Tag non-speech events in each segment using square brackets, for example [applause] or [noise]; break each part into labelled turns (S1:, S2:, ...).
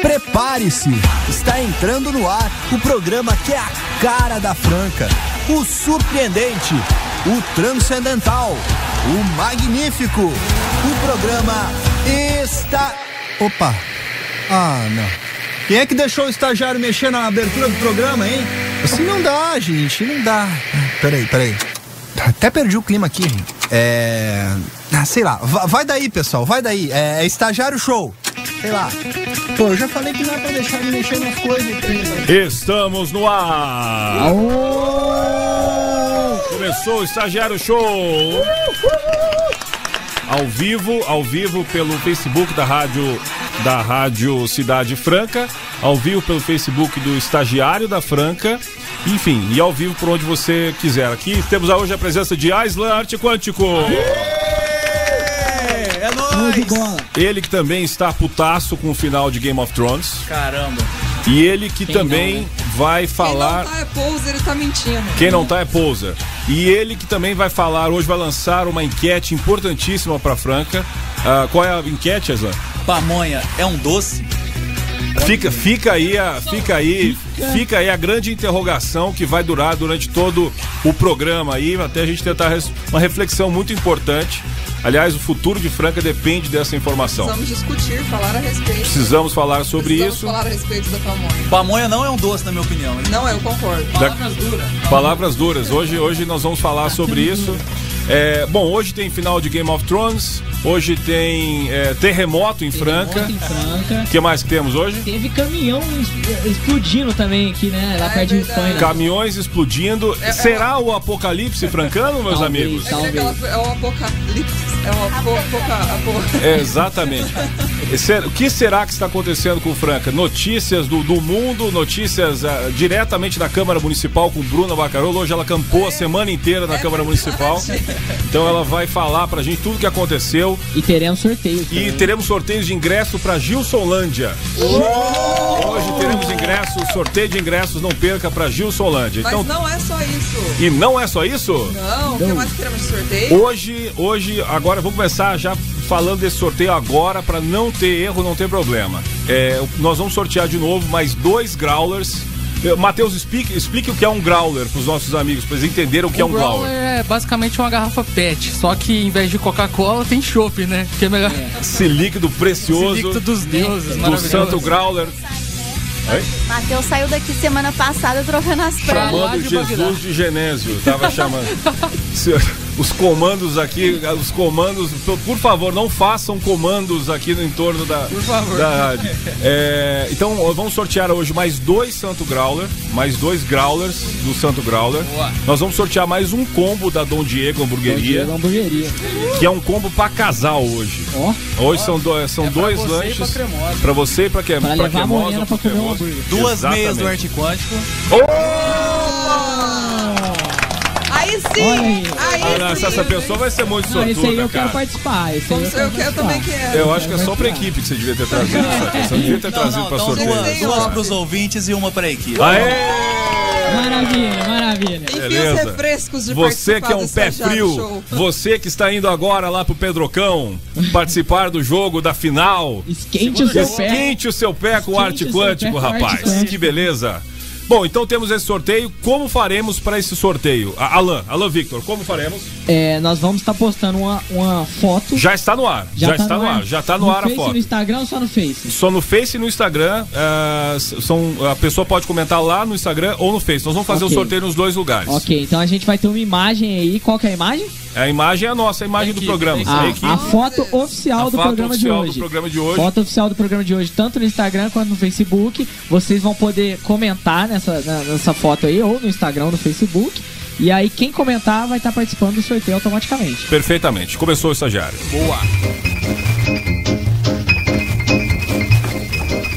S1: Prepare-se! Está entrando no ar o programa que é a cara da Franca, o surpreendente, o transcendental, o magnífico, o programa está. Opa! Ah, não. Quem é que deixou o estagiário mexer na abertura do programa, hein? Assim não dá, gente, não dá. Peraí, peraí. Até perdi o clima aqui, gente. É. ah, Sei lá, Va- vai daí, pessoal, vai daí. É estagiário show. Sei lá. Pô, eu já falei que não é pra deixar ele mexer nas coisas. aqui.
S2: Estamos no ar! Começou o Estagiário Show! Ao vivo, ao vivo pelo Facebook da Rádio da Rádio Cidade Franca, ao vivo pelo Facebook do Estagiário da Franca, enfim, e ao vivo por onde você quiser. Aqui temos hoje a presença de Aislan Arte Quântico.
S1: É nóis!
S2: Ele que também está putaço com o final de Game of Thrones.
S3: Caramba.
S2: E ele que
S3: Quem não,
S2: também
S3: né?
S2: vai
S4: Quem
S2: falar.
S4: não tá é poser, ele tá mentindo.
S2: Quem não tá é Pousa. E ele que também vai falar, hoje vai lançar uma enquete importantíssima pra Franca. Ah, qual é a enquete, Aslan?
S3: Pamonha é um doce?
S2: Fica, fica aí a, fica aí, fica aí a grande interrogação que vai durar durante todo o programa aí, até a gente tentar res- uma reflexão muito importante. Aliás, o futuro de Franca depende dessa informação.
S4: Precisamos discutir, falar a respeito.
S2: Precisamos falar sobre
S4: Precisamos
S2: isso.
S4: falar a respeito da pamonha.
S3: Pamonha não é um doce, na minha opinião. hein?
S4: Não, eu concordo. É
S3: Palavras duras.
S2: Palavras duras. Hoje, hoje nós vamos falar sobre isso. É, bom, hoje tem final de Game of Thrones. Hoje tem é, terremoto em Franca.
S5: Ontem em Franca.
S2: O que mais que temos hoje?
S5: Teve caminhão es- explodindo também aqui, né? Lá
S4: Ah, é
S5: perto de
S4: verdade.
S5: Rifaina.
S2: Caminhões explodindo. Será o apocalipse francano, meus
S5: Talvez.
S2: amigos?
S4: É aquela- é o apocalipse. É o apo- apoca- apo-
S2: É, exatamente. É Ser- O que será que está acontecendo com Franca? Notícias do, do mundo, notícias ah, diretamente da Câmara Municipal com Bruna Bacarolo. Hoje ela campou a semana inteira na Câmara Municipal. Então ela vai falar pra gente tudo o que aconteceu.
S5: E teremos sorteio.
S2: E
S5: também.
S2: teremos sorteios de ingresso para Gilsonlândia. Hoje teremos ingressos, sorteio de ingressos, não perca para Gilsonlândia.
S4: Mas
S2: Então,
S4: não é só isso.
S2: e não é só isso?
S4: Não, o que mais que teremos de sorteio?
S2: Hoje, hoje, agora vamos começar já falando desse sorteio agora para não ter erro, não ter problema. É, nós vamos sortear de novo mais dois growlers. Eh, Matheus, explique, explique o que é um growler para os nossos amigos, para eles entenderem o que é um
S6: growler
S2: growler.
S6: é basicamente uma garrafa PET, só que em vez de Coca-Cola tem chopp, né? Que é melhor.
S2: Esse líquido precioso
S6: Esse líquido [laughs] dos deuses,
S2: do Santo
S6: maravilhoso.
S2: Growler,
S7: Matheus saiu daqui semana passada trocando as pernas.
S6: lá
S2: chamando
S6: de
S2: Jesus
S6: Bagdá.
S2: de Genésio, tava chamando. Se- Os comandos aqui, os comandos, por- por favor, não façam comandos aqui no entorno da, da rádio. É, então, ó, vamos sortear hoje mais dois Santo Growler, mais dois Growlers do Santo Growler. Nós vamos sortear mais um combo da Dom Diego Hamburgueria,
S5: Diego Hamburgueria.
S2: que é um combo pra casal hoje.
S5: Ó,
S2: Hoje são, do- é, são dois
S3: você e
S2: lanches
S3: É pra cremosa.
S2: pra você e pra, que,
S5: pra levar a
S2: cremosa,
S5: manhã pra comer um
S2: cremosa.
S5: hambúrguer.
S3: Duas meias do
S2: Exatamente.
S3: arte quântico.
S4: Aí
S5: Olha
S4: sim!
S5: aí.
S4: Aí
S2: Ah, não, essa, essa
S4: sim!
S2: pessoa vai ser muito
S5: Não,
S2: sortuda,
S5: esse aí eu
S2: né, cara.
S5: quero participar. Esse aí
S4: Como se eu quero também
S5: participar.
S4: quero.
S2: Eu acho que é só pra equipe que você devia ter trazido isso aqui. Você não devia ter trazido pra
S3: então
S2: sorteio.
S3: duas,
S4: Sim,
S3: duas
S4: ó.
S3: pros ouvintes e uma pra equipe.
S2: Aê!
S5: Maravilha, maravilha.
S4: Enfia os
S2: Beleza.
S4: refrescos de
S2: Você
S4: participar
S2: que é
S4: do
S2: um pé
S4: estagiário
S2: frio,
S4: show.
S2: você que está indo agora lá pro Pedrocão participar do jogo da final,
S5: Esquente o seu pé.
S2: esquente o seu pé com o arte
S5: Esquente o seu
S2: quântico,
S5: pé com o arte
S2: rapaz.
S5: quântico.
S2: Que beleza. Bom, então temos esse sorteio. Como faremos para esse sorteio? A- Alan, Alan Victor, como faremos?
S5: É, nós vamos estar postando uma, uma foto.
S2: Já está no ar. Já, está no ar. Já está no, ar a
S5: Face,
S2: foto.
S5: tá No Instagram ou só no Face?
S2: Só no Face e no Instagram. ah, s- são, a pessoa pode comentar lá no Instagram ou no Face. Nós vamos fazer
S5: Ok.
S2: o sorteio nos dois lugares.
S5: Ok, então a gente vai ter uma imagem aí. Qual que é a imagem?
S2: A imagem é a nossa, a imagem do
S6: Equipe,
S2: programa.
S6: tem
S2: A
S5: Ah,
S2: equipe,
S5: a foto
S2: a
S5: oficial do
S2: foto
S5: programa de
S2: oficial do
S5: hoje.
S2: programa de hoje.
S5: Foto oficial do programa de hoje, tanto no Instagram quanto no Facebook. Vocês vão poder comentar nessa, na- nessa foto aí, ou no Instagram, ou no Facebook. E aí, quem comentar vai estar participando do sorteio automaticamente.
S2: Perfeitamente. Começou o estagiário.
S3: Boa.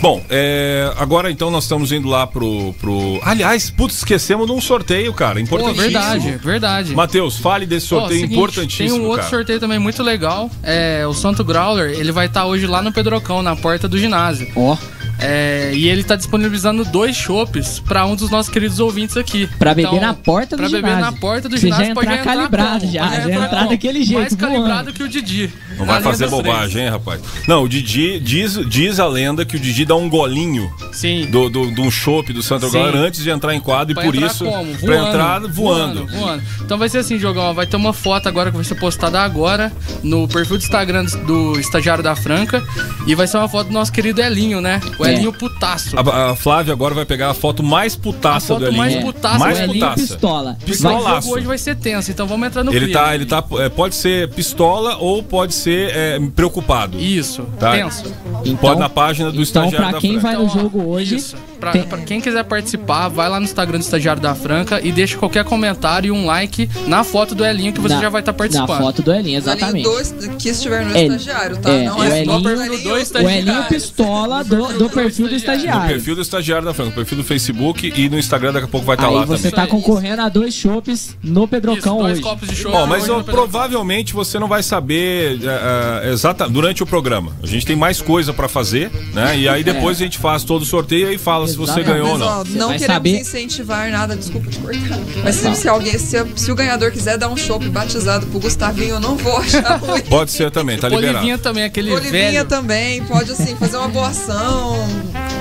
S2: Bom, é, agora então nós estamos indo lá pro. pro... Aliás, putz, esquecemos de um sorteio, cara.
S6: Pô,
S2: Importantíssimo.
S6: verdade, verdade.
S2: Matheus, fale desse
S6: Ó,
S2: sorteio
S6: seguinte,
S2: importantíssimo.
S6: Tem um outro
S2: cara.
S6: sorteio também muito tá legal. É, o Santo Growler, ele vai estar hoje lá no Pedrocão, na porta do ginásio.
S5: Ó,
S6: É, e ele tá disponibilizando dois chopps pra um dos nossos queridos ouvintes aqui. Então,
S5: Pra beber na porta do
S6: pra Pra beber
S5: ginásio.
S6: na porta do
S5: Você já
S6: ginásio,
S5: entrar
S6: pode entrar
S5: calibrado
S6: como?
S5: já,
S6: Pode
S5: já entrar
S6: como?
S5: daquele
S6: É, Mais
S5: jeito,
S6: calibrado
S5: voando.
S6: que o Didi.
S2: Não
S6: Na
S2: vai
S6: linha
S2: fazer
S6: dos três.
S2: bobagem, hein, rapaz? Não, o Didi diz, diz a lenda que o Didi dá um golinho
S6: Sim.
S2: do, do, de um chopp do Santa
S6: Sim.
S2: Galera antes de entrar em quadro e
S6: Pra
S2: por
S6: entrar
S2: isso
S6: como?
S2: pra entrar voando.
S6: voando. Então vai ser assim, Diogão, ó, vai ter uma foto agora que vai ser postada agora no perfil do Instagram do Estagiário da Franca e vai ser uma foto do nosso querido Elinho, né? O
S5: É.
S6: Elinho putaço.
S2: A, a Flávia agora vai pegar a foto mais putaça
S6: A foto
S2: do Elinho.
S6: mais putaça
S2: Mais
S6: do
S5: Elinho
S2: putaça.
S5: Pistola.
S6: Mas o
S2: Pistolaço.
S6: jogo hoje vai ser tenso, então vamos entrar no
S2: Ele
S6: clima.
S2: tá, ele tá, é, pode ser pistola ou pode ser é, preocupado.
S6: Isso,
S2: Tá.
S6: tenso.
S2: pode na página do
S5: Então,
S2: estagiário
S5: pra
S2: da
S5: quem
S2: Franca.
S5: vai no jogo
S6: ó,
S5: hoje,
S6: isso. Pra,
S5: tem-
S6: pra quem quiser participar, vai lá no Instagram do Estagiário da Franca e deixa qualquer comentário e um like na foto do Elinho que você
S5: na-
S6: já vai estar participando.
S5: Na foto do Elinho, exatamente.
S4: Elinho dois que estiver no
S5: Ele-
S4: estagiário, tá?
S5: é,
S4: não
S5: o
S4: é,
S5: Elinho-
S4: só pelo
S6: o Elinho
S5: O
S4: estagiário.
S5: Elinho pistola do, do perfil do
S2: No
S5: estagiário.
S2: perfil do estagiário da Franca, no perfil do Facebook e no Instagram daqui a pouco vai estar lá
S5: Aí você
S2: também.
S5: tá concorrendo a dois chopps no Pedrocão
S6: Isso, dois
S5: hoje.
S6: copos de chope.
S2: Ó, mas ó,
S6: Hoje no Pedro-
S2: provavelmente você não vai saber ah, ah, exata durante o programa. A gente tem mais coisa pra fazer, né? E aí depois a gente faz todo o sorteio e fala se você
S5: Exatamente.
S2: ganhou ou não.
S4: Mas, ó, não
S5: vai
S4: queremos
S5: saber-
S4: incentivar nada, desculpa te cortar. Mas se, se alguém, se, se o ganhador quiser dar um chopp batizado pro Gustavinho, eu não vou
S6: [laughs]
S4: achar ruim.
S2: Pode ser também, tá liberado.
S6: Olivinha também, aquele
S4: Olivinha
S6: velho.
S4: também, pode assim, fazer uma boa ação.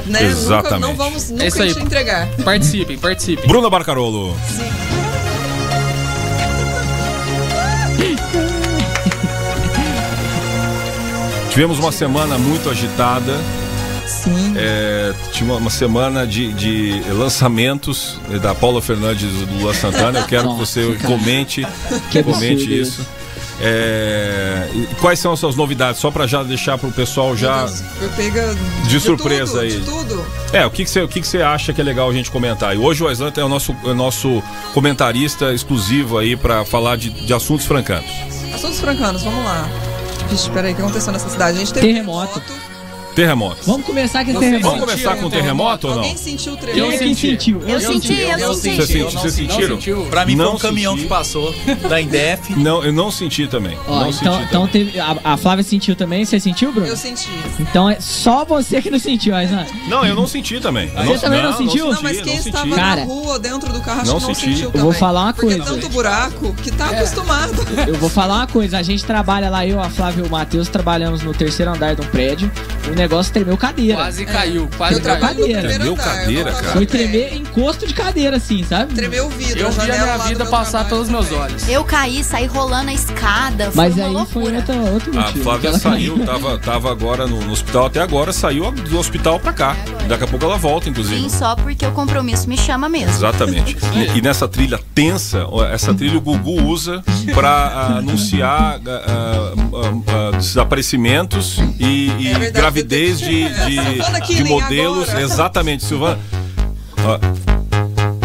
S4: Né? Nunca-
S2: Exatamente.
S4: não vamos
S6: É
S4: nunca
S6: isso aí.
S4: te entregar.
S6: Participem, participem.
S2: Bruna Barcarolo. Tivemos uma semana muito agitada.
S4: Sim.
S2: É, tinha uma- uma semana de, de lançamentos eh, da Paula Fernandes e do Lula Santana. Eu quero que você comente,
S5: Que absurdo
S2: comente
S5: isso.
S2: isso. É, e quais são as suas novidades? Só para já deixar para o pessoal já.
S4: Eu pega
S2: De surpresa
S4: tudo,
S2: aí.
S4: De tudo.
S2: É, o que, que, você, o que, que você acha que é legal a gente comentar? E hoje o Aislan é o nosso, é o nosso comentarista exclusivo aí para falar de, de assuntos francanos.
S4: Assuntos francanos, vamos lá. Vixe, peraí, o que aconteceu nessa cidade? A gente teve
S5: Terremoto.
S2: Terremotos.
S5: Vamos começar com esse
S4: Vocês
S2: Vamos
S5: terremoto.
S2: começar com o terremoto ou não?
S4: Alguém sentiu o
S5: Quem é
S4: tremor?
S5: que
S6: senti.
S5: sentiu?
S7: Eu senti, eu senti.
S2: Você senti- vocês
S3: senti.
S2: sentiram?
S3: Pra mim
S2: Não
S3: foi um caminhão
S2: senti.
S3: que passou da Indef.
S2: Não, eu não senti também.
S5: Ó,
S2: não
S5: então,
S2: senti
S5: então
S2: também.
S5: teve, a, a Flávia sentiu também, você sentiu, Bruno?
S4: Eu senti.
S5: Então é só você que não sentiu, Aizan.
S2: Não, eu não senti também. Eu
S5: Você também não sentiu?
S4: Não, mas quem
S2: não
S4: estava
S2: senti.
S5: Cara,
S4: na rua, dentro do carro, acho
S2: não
S4: que não
S2: senti.
S4: sentiu
S2: Eu
S5: vou
S4: também.
S5: falar uma
S4: Porque
S5: coisa. É.
S4: é tanto buraco que tá acostumado.
S5: Eu vou falar uma coisa, a gente trabalha lá, eu, a Flávia e o Matheus, trabalhamos no terceiro andar de um prédio, o negócio tremeu cadeira.
S6: Quase caiu, quase
S4: Eu trabalho no
S6: caiu.
S5: Cadeira.
S4: primeiro
S2: Tremeu
S4: andar. eu
S2: cadeira,
S4: não tava
S2: cara.
S5: Foi
S4: em pé.
S5: tremer encosto de cadeira, assim, sabe?
S4: Tremeu o vidro.
S6: Eu
S4: a
S6: vi a
S4: janela
S6: minha
S4: lá do
S6: vida
S4: meu
S6: passar
S4: trabalho
S6: pelos meus
S4: também.
S6: olhos.
S7: Eu caí, saí rolando a escada.
S5: Mas
S7: foi uma
S5: aí foi
S7: loucura.
S5: outra, outro
S2: A
S5: motivo.
S2: Flávia
S5: Ela- [laughs]
S2: saiu, tava, tava agora no, no hospital, até agora saiu do hospital pra cá. Daqui a pouco ela volta, inclusive.
S7: Sim, só porque o compromisso me chama mesmo.
S2: Exatamente. E, e nessa trilha tensa, ó, essa trilha o Gugu usa pra ah, anunciar ah, ah, ah, desaparecimentos e, e
S4: É verdade.
S2: gravidez de, de,
S4: Silvana
S2: de
S4: Killing
S2: modelos.
S4: agora.
S2: Exatamente, Silvana. Ó,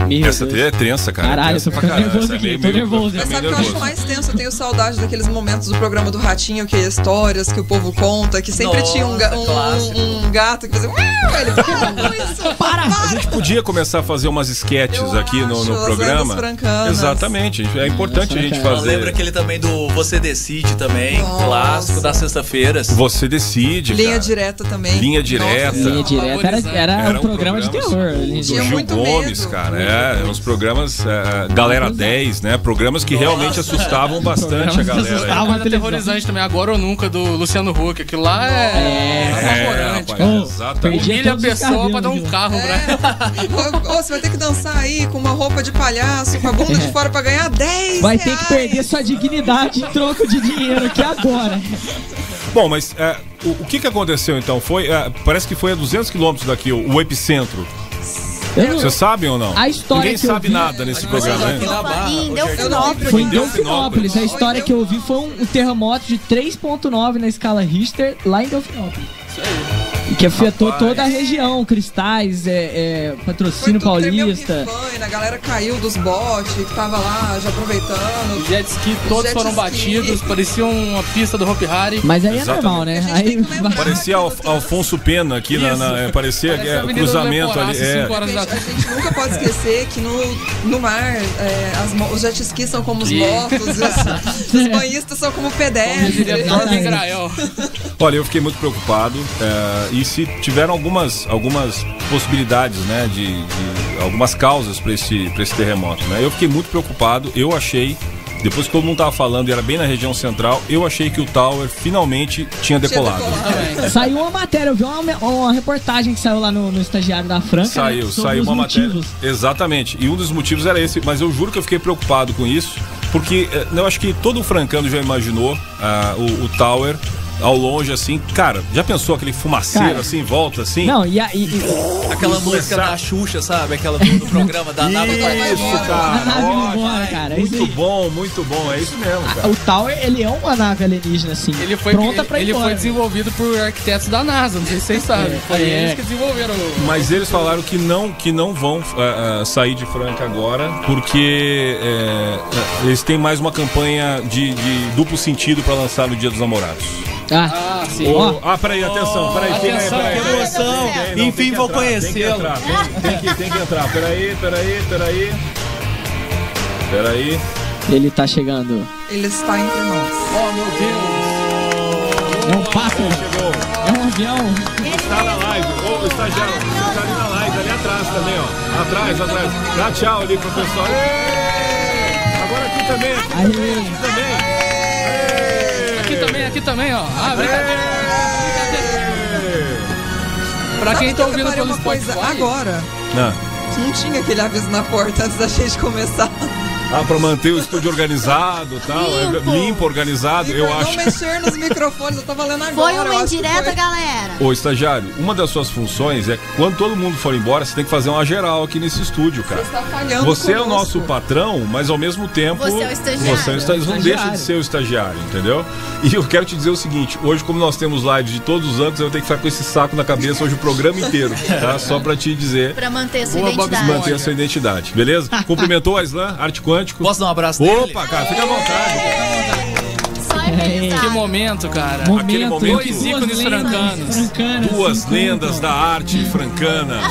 S5: Meu
S2: essa
S5: Deus.
S2: trilha é tensa, cara.
S5: Caralho,
S2: Tensa
S5: eu tô
S2: pra
S5: ficando
S2: caralho. Essa
S5: nervoso
S2: é
S5: aqui,
S2: meio-
S5: tô
S2: meio-
S5: nervoso.
S2: é
S4: Mas
S2: meio
S4: sabe o que eu acho
S2: nervoso.
S4: mais tenso? Eu tenho saudade daqueles momentos do programa do Ratinho, que é histórias que o povo conta, que sempre
S3: Nossa,
S4: tinha um, ga- um-
S3: clássico.
S4: um gato que fazia. "Uau", Ele "Para com isso, para!
S2: Podia começar a fazer umas sketches
S4: Eu
S2: aqui no, no
S4: acho, as
S2: programa.
S4: lendas francanas.
S2: Exatamente, é importante a gente
S5: francanas.
S2: fazer.
S3: Lembra aquele também do Você Decide também,
S4: Nossa.
S3: clássico das sexta-feiras.
S2: Você decide.
S4: Linha
S2: cara.
S4: direta também.
S2: Linha
S4: Nossa,
S2: direta.
S5: Linha direta era, era,
S2: Era
S5: um programa, de terror.
S2: do-
S5: gente.
S2: Do,
S4: Tinha
S2: Gil
S4: muito
S2: Gomes,
S4: medo.
S2: cara. É, uns programas é, Galera 10, né? Programas que realmente
S5: [laughs]
S2: assustavam bastante a
S5: Programas que
S2: galera.
S5: assustavam.
S2: hein?
S5: uma
S6: Mas é
S5: televisão.
S6: terrorizante também, agora ou nunca, do Luciano Huck. Aquilo lá é.
S2: É,
S6: apavorante.
S2: rapaz,
S5: Oh,
S2: exatamente.
S5: perdi
S6: Humilha a
S5: todos os
S6: pessoa pra
S5: cabelos
S6: dar
S5: de
S6: um
S5: lá.
S6: carro pra ela.
S5: É,
S4: Ô, ô, você vai ter que dançar aí com uma roupa de palhaço, com a bunda de fora pra ganhar 10
S5: Vai ter
S4: reais.
S5: que perder sua dignidade em troco de dinheiro aqui agora.
S2: Bom, mas é, o, o que, que aconteceu então? Foi, é, parece que foi a 200 quilômetros daqui, o, o epicentro.
S5: Eu não-
S2: Vocês sabem ou não?
S5: Hum. A história
S2: Ninguém
S5: que eu
S2: sabe
S5: vi-
S2: nada nesse programa,
S3: Mas
S2: né?
S3: aqui na Barra,
S7: Em
S3: ô,
S7: Delfinópolis.
S5: Foi
S2: Delfinópolis.
S5: em Delfinópolis. A história que eu vi foi um, um terremoto de 3.9 na escala Richter lá em Delfinópolis. E que afetou toda a região, cristais, é, é,
S4: Foi
S5: patrocínio
S4: tudo, tremeu
S5: paulista.
S4: pifanha, A galera caiu dos botes que tava lá já aproveitando.
S6: Jet ski, todos
S4: É. Jet
S6: foram
S4: ski.
S6: batidos, parecia uma pista do Hopi Hari.
S5: Mas aí
S2: Exatamente.
S5: é normal, né?
S4: A gente
S5: Aí
S4: tem que lembrar.
S2: Parecia Alf- Alfonso Pena aqui, na, na- é, parecia
S6: Parece a
S2: é,
S6: Avenida do
S2: cruzamento ali.
S6: Leporace,
S2: É,
S5: assim,
S6: cinco horas.
S4: Gente, a gente nunca pode esquecer que no, no mar é, as mo- os jet skis são como os motos, e
S6: [laughs]
S4: os, os banhistas são como
S6: Diria
S4: pedestres.
S6: Thor Migrael.
S2: Olha, eu fiquei muito preocupado é, e se tiveram algumas, algumas possibilidades, né? De, de algumas causas para esse, pra esse terremoto, né? Eu fiquei muito preocupado, eu achei. Depois que todo mundo tava falando, e era bem na região central, eu achei que o Tower finalmente tinha decolado.
S5: Saiu uma matéria, eu vi uma, uma reportagem que saiu lá no, no estagiário da Franca. né,
S2: Saiu,
S5: sobre
S2: saiu
S5: os
S2: uma
S5: motivos.
S2: matéria. Exatamente. E um dos motivos era esse, mas eu juro que eu fiquei preocupado com isso, porque eh, eu acho que todo francano já imaginou ah, o, o Tower ao longe assim. Cara, já pensou aquele fumaceiro
S5: Cara.
S2: assim, em volta assim?
S5: Não, e, a- e- e-
S3: Aquela música da Xuxa, sabe? Aquela do, do programa da Nava
S2: Isso,
S5: a nave
S2: cara.
S5: indo
S2: ótimo.
S5: embora, cara. é isso
S2: Muito
S5: aí.
S2: bom, muito bom. É isso mesmo, cara.
S5: O Tower, ele é uma nave alienígena, assim.
S6: Ele foi,
S5: pronta pra ir
S6: ele foi
S5: embora.
S6: desenvolvido por arquitetos da NASA, não sei se vocês sabem.
S5: É,
S6: foi
S5: é.
S6: eles que desenvolveram o.
S2: Mas eles falaram que não, que não vão ah, ah, sair de Franca agora, porque eh, eh, eles têm mais uma campanha de, de duplo sentido para lançar no Dia dos Namorados.
S5: Ah,
S6: Ah, sim.
S5: ó,
S2: Ah, peraí, atenção, peraí, fica aí,
S6: atenção,
S2: peraí.
S3: que emoção.
S2: Tem, tem, não,
S3: Enfim,
S2: tem que
S3: vou
S2: entrar,
S3: conhecê-lo.
S2: Tem que entrar, tem, tem que, tem que entrar. Peraí, peraí, peraí. Peraí.
S5: ele tá chegando.
S4: Ele está entre nós.
S6: Oh, meu Deus!
S5: É um pássaro,
S2: Chegou.
S5: é um avião.
S2: Tá na live. Ô, estagiário, você tá ali na live, ali atrás também, ó. Atrás, atrás. Dá tchau ali pro pessoal. Ê! Agora aqui também, aqui também, aqui também. Ê!
S6: Aqui também, aqui também,
S2: É.
S6: ó. Ah, brincadeira.
S2: Ê!
S6: Pra
S4: Sabe
S6: quem
S4: que
S6: tá
S4: eu
S6: ouvindo
S4: reparei
S6: pelo
S4: uma coisa
S6: Spotify,
S4: agora,
S2: Não.
S4: que não tinha aquele aviso na porta antes da gente começar.
S2: Ah, pra manter o estúdio organizado e tal. é
S7: Limpo.
S2: Limpo, organizado, eu
S4: não
S2: acho.
S4: mexer nos microfones, eu tava lendo agora.
S7: Foi
S4: eu
S7: uma
S4: acho que
S7: indireta,
S4: foi.
S7: galera.
S2: Ô, estagiário, uma das suas funções é que quando todo mundo for embora, você tem que fazer uma geral aqui nesse estúdio,
S4: Você
S2: cara.
S4: está falhando
S2: Você é o
S4: conosco.
S2: nosso patrão, mas ao mesmo tempo.
S7: Você é o estagiário.
S2: Você é o esta- Não
S5: Estagiário.
S2: deixa de ser o estagiário, entendeu? E eu quero te dizer o seguinte: hoje, como nós temos lives de todos os anos, eu tenho que ficar com esse saco na cabeça hoje o programa inteiro,
S7: [laughs]
S2: tá? Só pra te dizer,
S7: Pra manter sua
S6: Boa, Bob
S7: identidade.
S6: Esponja.
S2: manter a sua identidade,
S7: [laughs]
S2: beleza? Cumprimentou a Islã, Arte Quântico.
S3: Posso dar um abraço nele?
S2: Opa, cara, fica à vontade.
S7: Só é
S6: Que momento, cara.
S2: Aquele
S5: Momento,
S2: momento-
S5: duas
S6: Dois ícones
S5: lendas
S6: francanos.
S5: francanas,
S2: Duas
S5: se encontram.
S2: lendas da arte francana.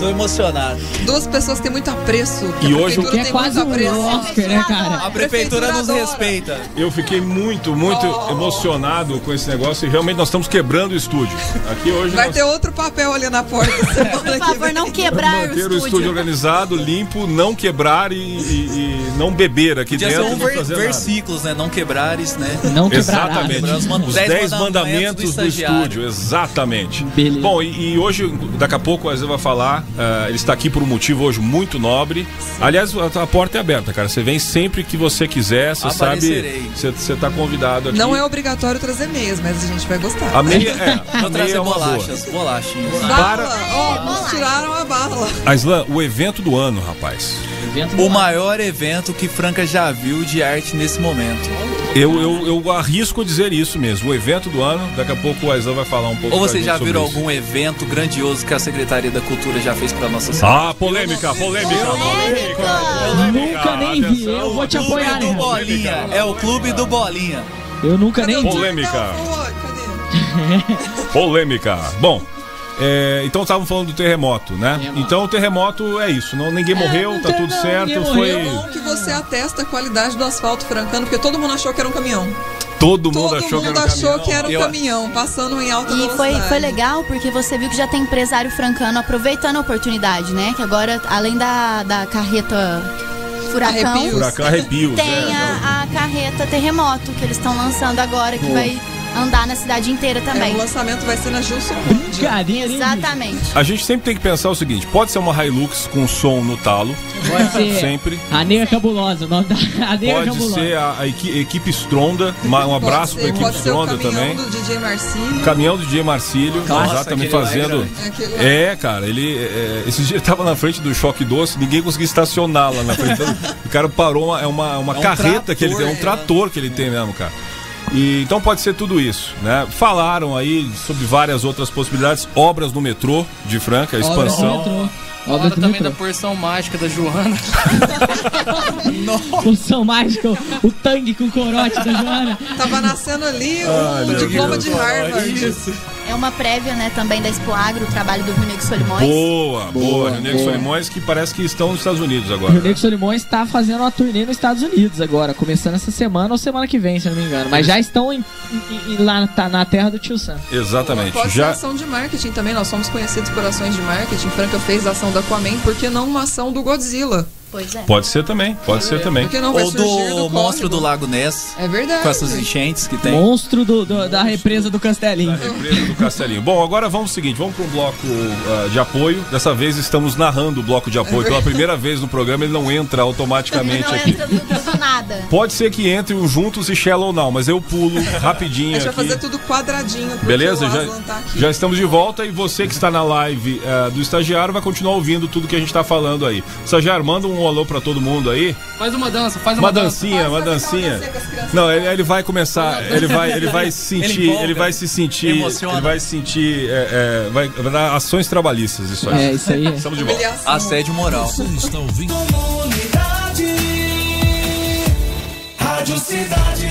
S3: Tô emocionado.
S4: Duas pessoas têm muito apreço. que a
S2: E hoje o-
S4: prefeitura
S5: Que é
S4: tem
S5: quase
S4: muito apreço.
S5: um Oscar, né, cara?
S3: A prefeitura nos
S4: adora.
S3: respeita.
S2: Eu fiquei muito, muito emocionado com esse negócio e realmente nós estamos quebrando o estúdio. Aqui hoje
S4: Vai
S2: nós
S4: ter outro papel ali na porta.
S7: [laughs] Por favor, não quebrar o
S2: manter o estúdio
S7: estúdio.
S2: organizado, limpo, não quebrar e, e- e não beber aqui
S3: Podia ser
S2: dentro.
S3: um
S2: não
S3: ver-
S2: fazer nada.
S3: versículos, né? Não quebrares, né?
S5: Não quebrará.
S2: Exatamente.
S3: Quebrar os manda-
S2: Os
S3: dez
S2: 10
S3: mandamentos do
S2: mandamentos do,
S3: estagiário.
S2: estúdio, exatamente.
S5: Beleza.
S2: Bom, e, e hoje, daqui a pouco, o Azê vai falar. ah, ele está aqui por um motivo hoje muito nobre. Aliás, a, a porta é aberta, cara. Você vem sempre que você quiser. Você
S3: Aparecerei.
S2: sabe. Você- Você está convidado aqui.
S4: Não é obrigatório trazer meias, mas a gente vai gostar.
S2: A
S3: [laughs]
S2: meia é. A
S3: Vou
S2: meia
S3: trazer
S2: é uma boa.
S3: bolachas, bolachinhas.
S4: Bala!
S2: para-
S4: Ó, nos tiraram a bala.
S2: Aislan, o evento do ano, rapaz.
S3: O maior evento que Franca já viu de arte nesse momento.
S2: Eu, eu, eu arrisco dizer isso mesmo. O evento do ano, daqui a pouco o Aislan vai falar um pouco
S3: Ou
S2: pra
S3: vocês
S2: gente
S3: já
S2: sobre
S3: viram
S2: isso.
S3: algum evento grandioso que a Secretaria da Cultura já fez pra nossa cidade?
S2: Ah, polêmica, polêmica, polêmica.
S5: Nunca nem vi, eu vou te apoiar,
S3: Clube do
S5: né?
S3: Bolinha. É o Clube do Bolinha.
S5: Eu nunca nem vi.
S2: Polêmica.
S4: Não, foi, cadê?
S2: Polêmica. Bom, é, então estavam falando do terremoto, né?
S5: Terremoto.
S2: Então o terremoto é isso. Não, ninguém morreu,
S5: não
S2: tá
S5: tem-
S2: tudo
S5: não,
S2: certo.
S5: ninguém
S2: Foi.
S5: morreu,
S4: Bom que você atesta a qualidade do asfalto francano, porque todo mundo achou que era um caminhão.
S2: Todo mundo
S4: Todo
S2: achou
S4: mundo
S2: que era um
S4: achou que era um
S3: Eu-
S4: caminhão, passando em alta
S7: E
S4: velocidade. É,
S7: foi, foi legal porque você viu que já tem empresário francano aproveitando a oportunidade, né? Que agora, além da, da carreta furacão,
S4: Arrepios.
S2: Furacão arrepios,
S7: tem
S2: né?
S7: a, a carreta terremoto que eles estão lançando agora, que vai andar na cidade inteira
S4: É,
S7: também.
S4: o lançamento vai ser na Gilson Bund.
S5: Brincadeira, hein?
S7: Exatamente.
S2: A gente sempre tem que pensar o seguinte: pode ser uma Hilux com som no talo,
S5: Pode ser.
S2: sempre.
S5: A Negra Cabulosa, o nome da. [laughs] A Negra
S2: Pode
S5: Cabulosa.
S2: ser a, a equi- equipe Stronda, uma- um abraço para a
S4: pode ser,
S2: equipe
S4: pode ser o
S2: Stronda
S4: caminhão
S2: também.
S4: do DJ Marcinho.
S2: Caminhão do DJ Marcílio, né,
S3: Nossa,
S2: exatamente
S3: aquele lá é
S2: fazendo.
S3: grande.
S4: Aquele lá.
S2: É, cara, ele. É, esses dias ele tava na frente do choque doce, ninguém conseguia estacionar lá na frente. Então, o cara parou, uma, é uma, uma
S3: É um
S2: carreta
S3: trator,
S2: que ele tem, é um
S3: né?
S2: trator que ele tem mesmo, cara. E, então pode ser tudo isso, né? Falaram aí sobre várias outras possibilidades, obras no metrô de Franca, a
S5: Obras do
S2: expansão.
S5: metrô.
S6: Fora
S5: Obras do
S6: também da
S5: metrô.
S6: porção mágica da Joana. [laughs]
S5: Função mágica, o, o [laughs] tangue com corote da Joana.
S4: Tava nascendo ali o
S2: meu
S4: diploma
S2: Deus.
S4: de Harvard.
S7: É uma prévia, né, também da Expo Agro, o trabalho do Rio Negro Solimões.
S2: Boa, boa. Rio Negro e Solimões que parece que estão nos Estados Unidos agora.
S5: Rio Negro Solimões está fazendo uma turnê nos Estados Unidos agora, começando essa semana ou semana que vem, se eu não me engano. Mas já estão em- em- em- lá tá, na terra do Tio Sam.
S2: Exatamente.
S4: Pode ser
S2: Já
S4: ação de marketing também, nós somos conhecidos por ações de marketing. Franca fez a ação da Aquaman, por que não uma ação do Godzilla?
S7: Pois é.
S2: pode ser também, pode ser também.
S4: Por que não vai
S3: Ou
S4: surgir
S3: do monstro do
S4: córrego?
S3: Lago Ness,
S4: É verdade.
S3: com essas enchentes que tem.
S5: Monstro do- do- da represa do Castelinho.
S2: Represa do Castelinho. Bom, agora vamos ao seguinte, vamos para um bloco ah, de apoio. Dessa vez estamos narrando o bloco de apoio. Pela primeira vez no programa ele não entra automaticamente
S7: Não
S2: aqui.
S7: entra do,
S2: [laughs]
S7: do nada.
S2: Pode ser que entre um juntos e Shallow não, mas eu pulo
S4: A
S2: rapidinho
S4: gente vai
S2: aqui.
S4: fazer tudo quadradinho, porque
S2: Beleza?
S4: o
S2: Já,
S4: Aslan tá aqui.
S2: já estamos de volta e você que está na live ah, do estagiário vai continuar ouvindo tudo que a gente está falando aí. Estagiário, manda um alô para todo mundo aí.
S6: Faz uma dança, faz uma,
S2: Uma dancinha, uma
S4: Pode fazer uma
S2: dancinha.
S4: dancinha com as crianças.
S2: Não, ele, ele vai começar, ele vai, ele vai se sentir,
S3: Ele
S2: ele,
S3: empolga.
S2: vai se sentir,
S3: Emociona.
S2: ele vai se sentir, é, é, vai, vai dar ações trabalhistas isso aí.
S5: É, isso aí.
S2: Estamos de volta.
S4: Humilhação.
S3: Assédio moral.
S1: está ouvindo?
S8: Comunidade. Rádio Cidade.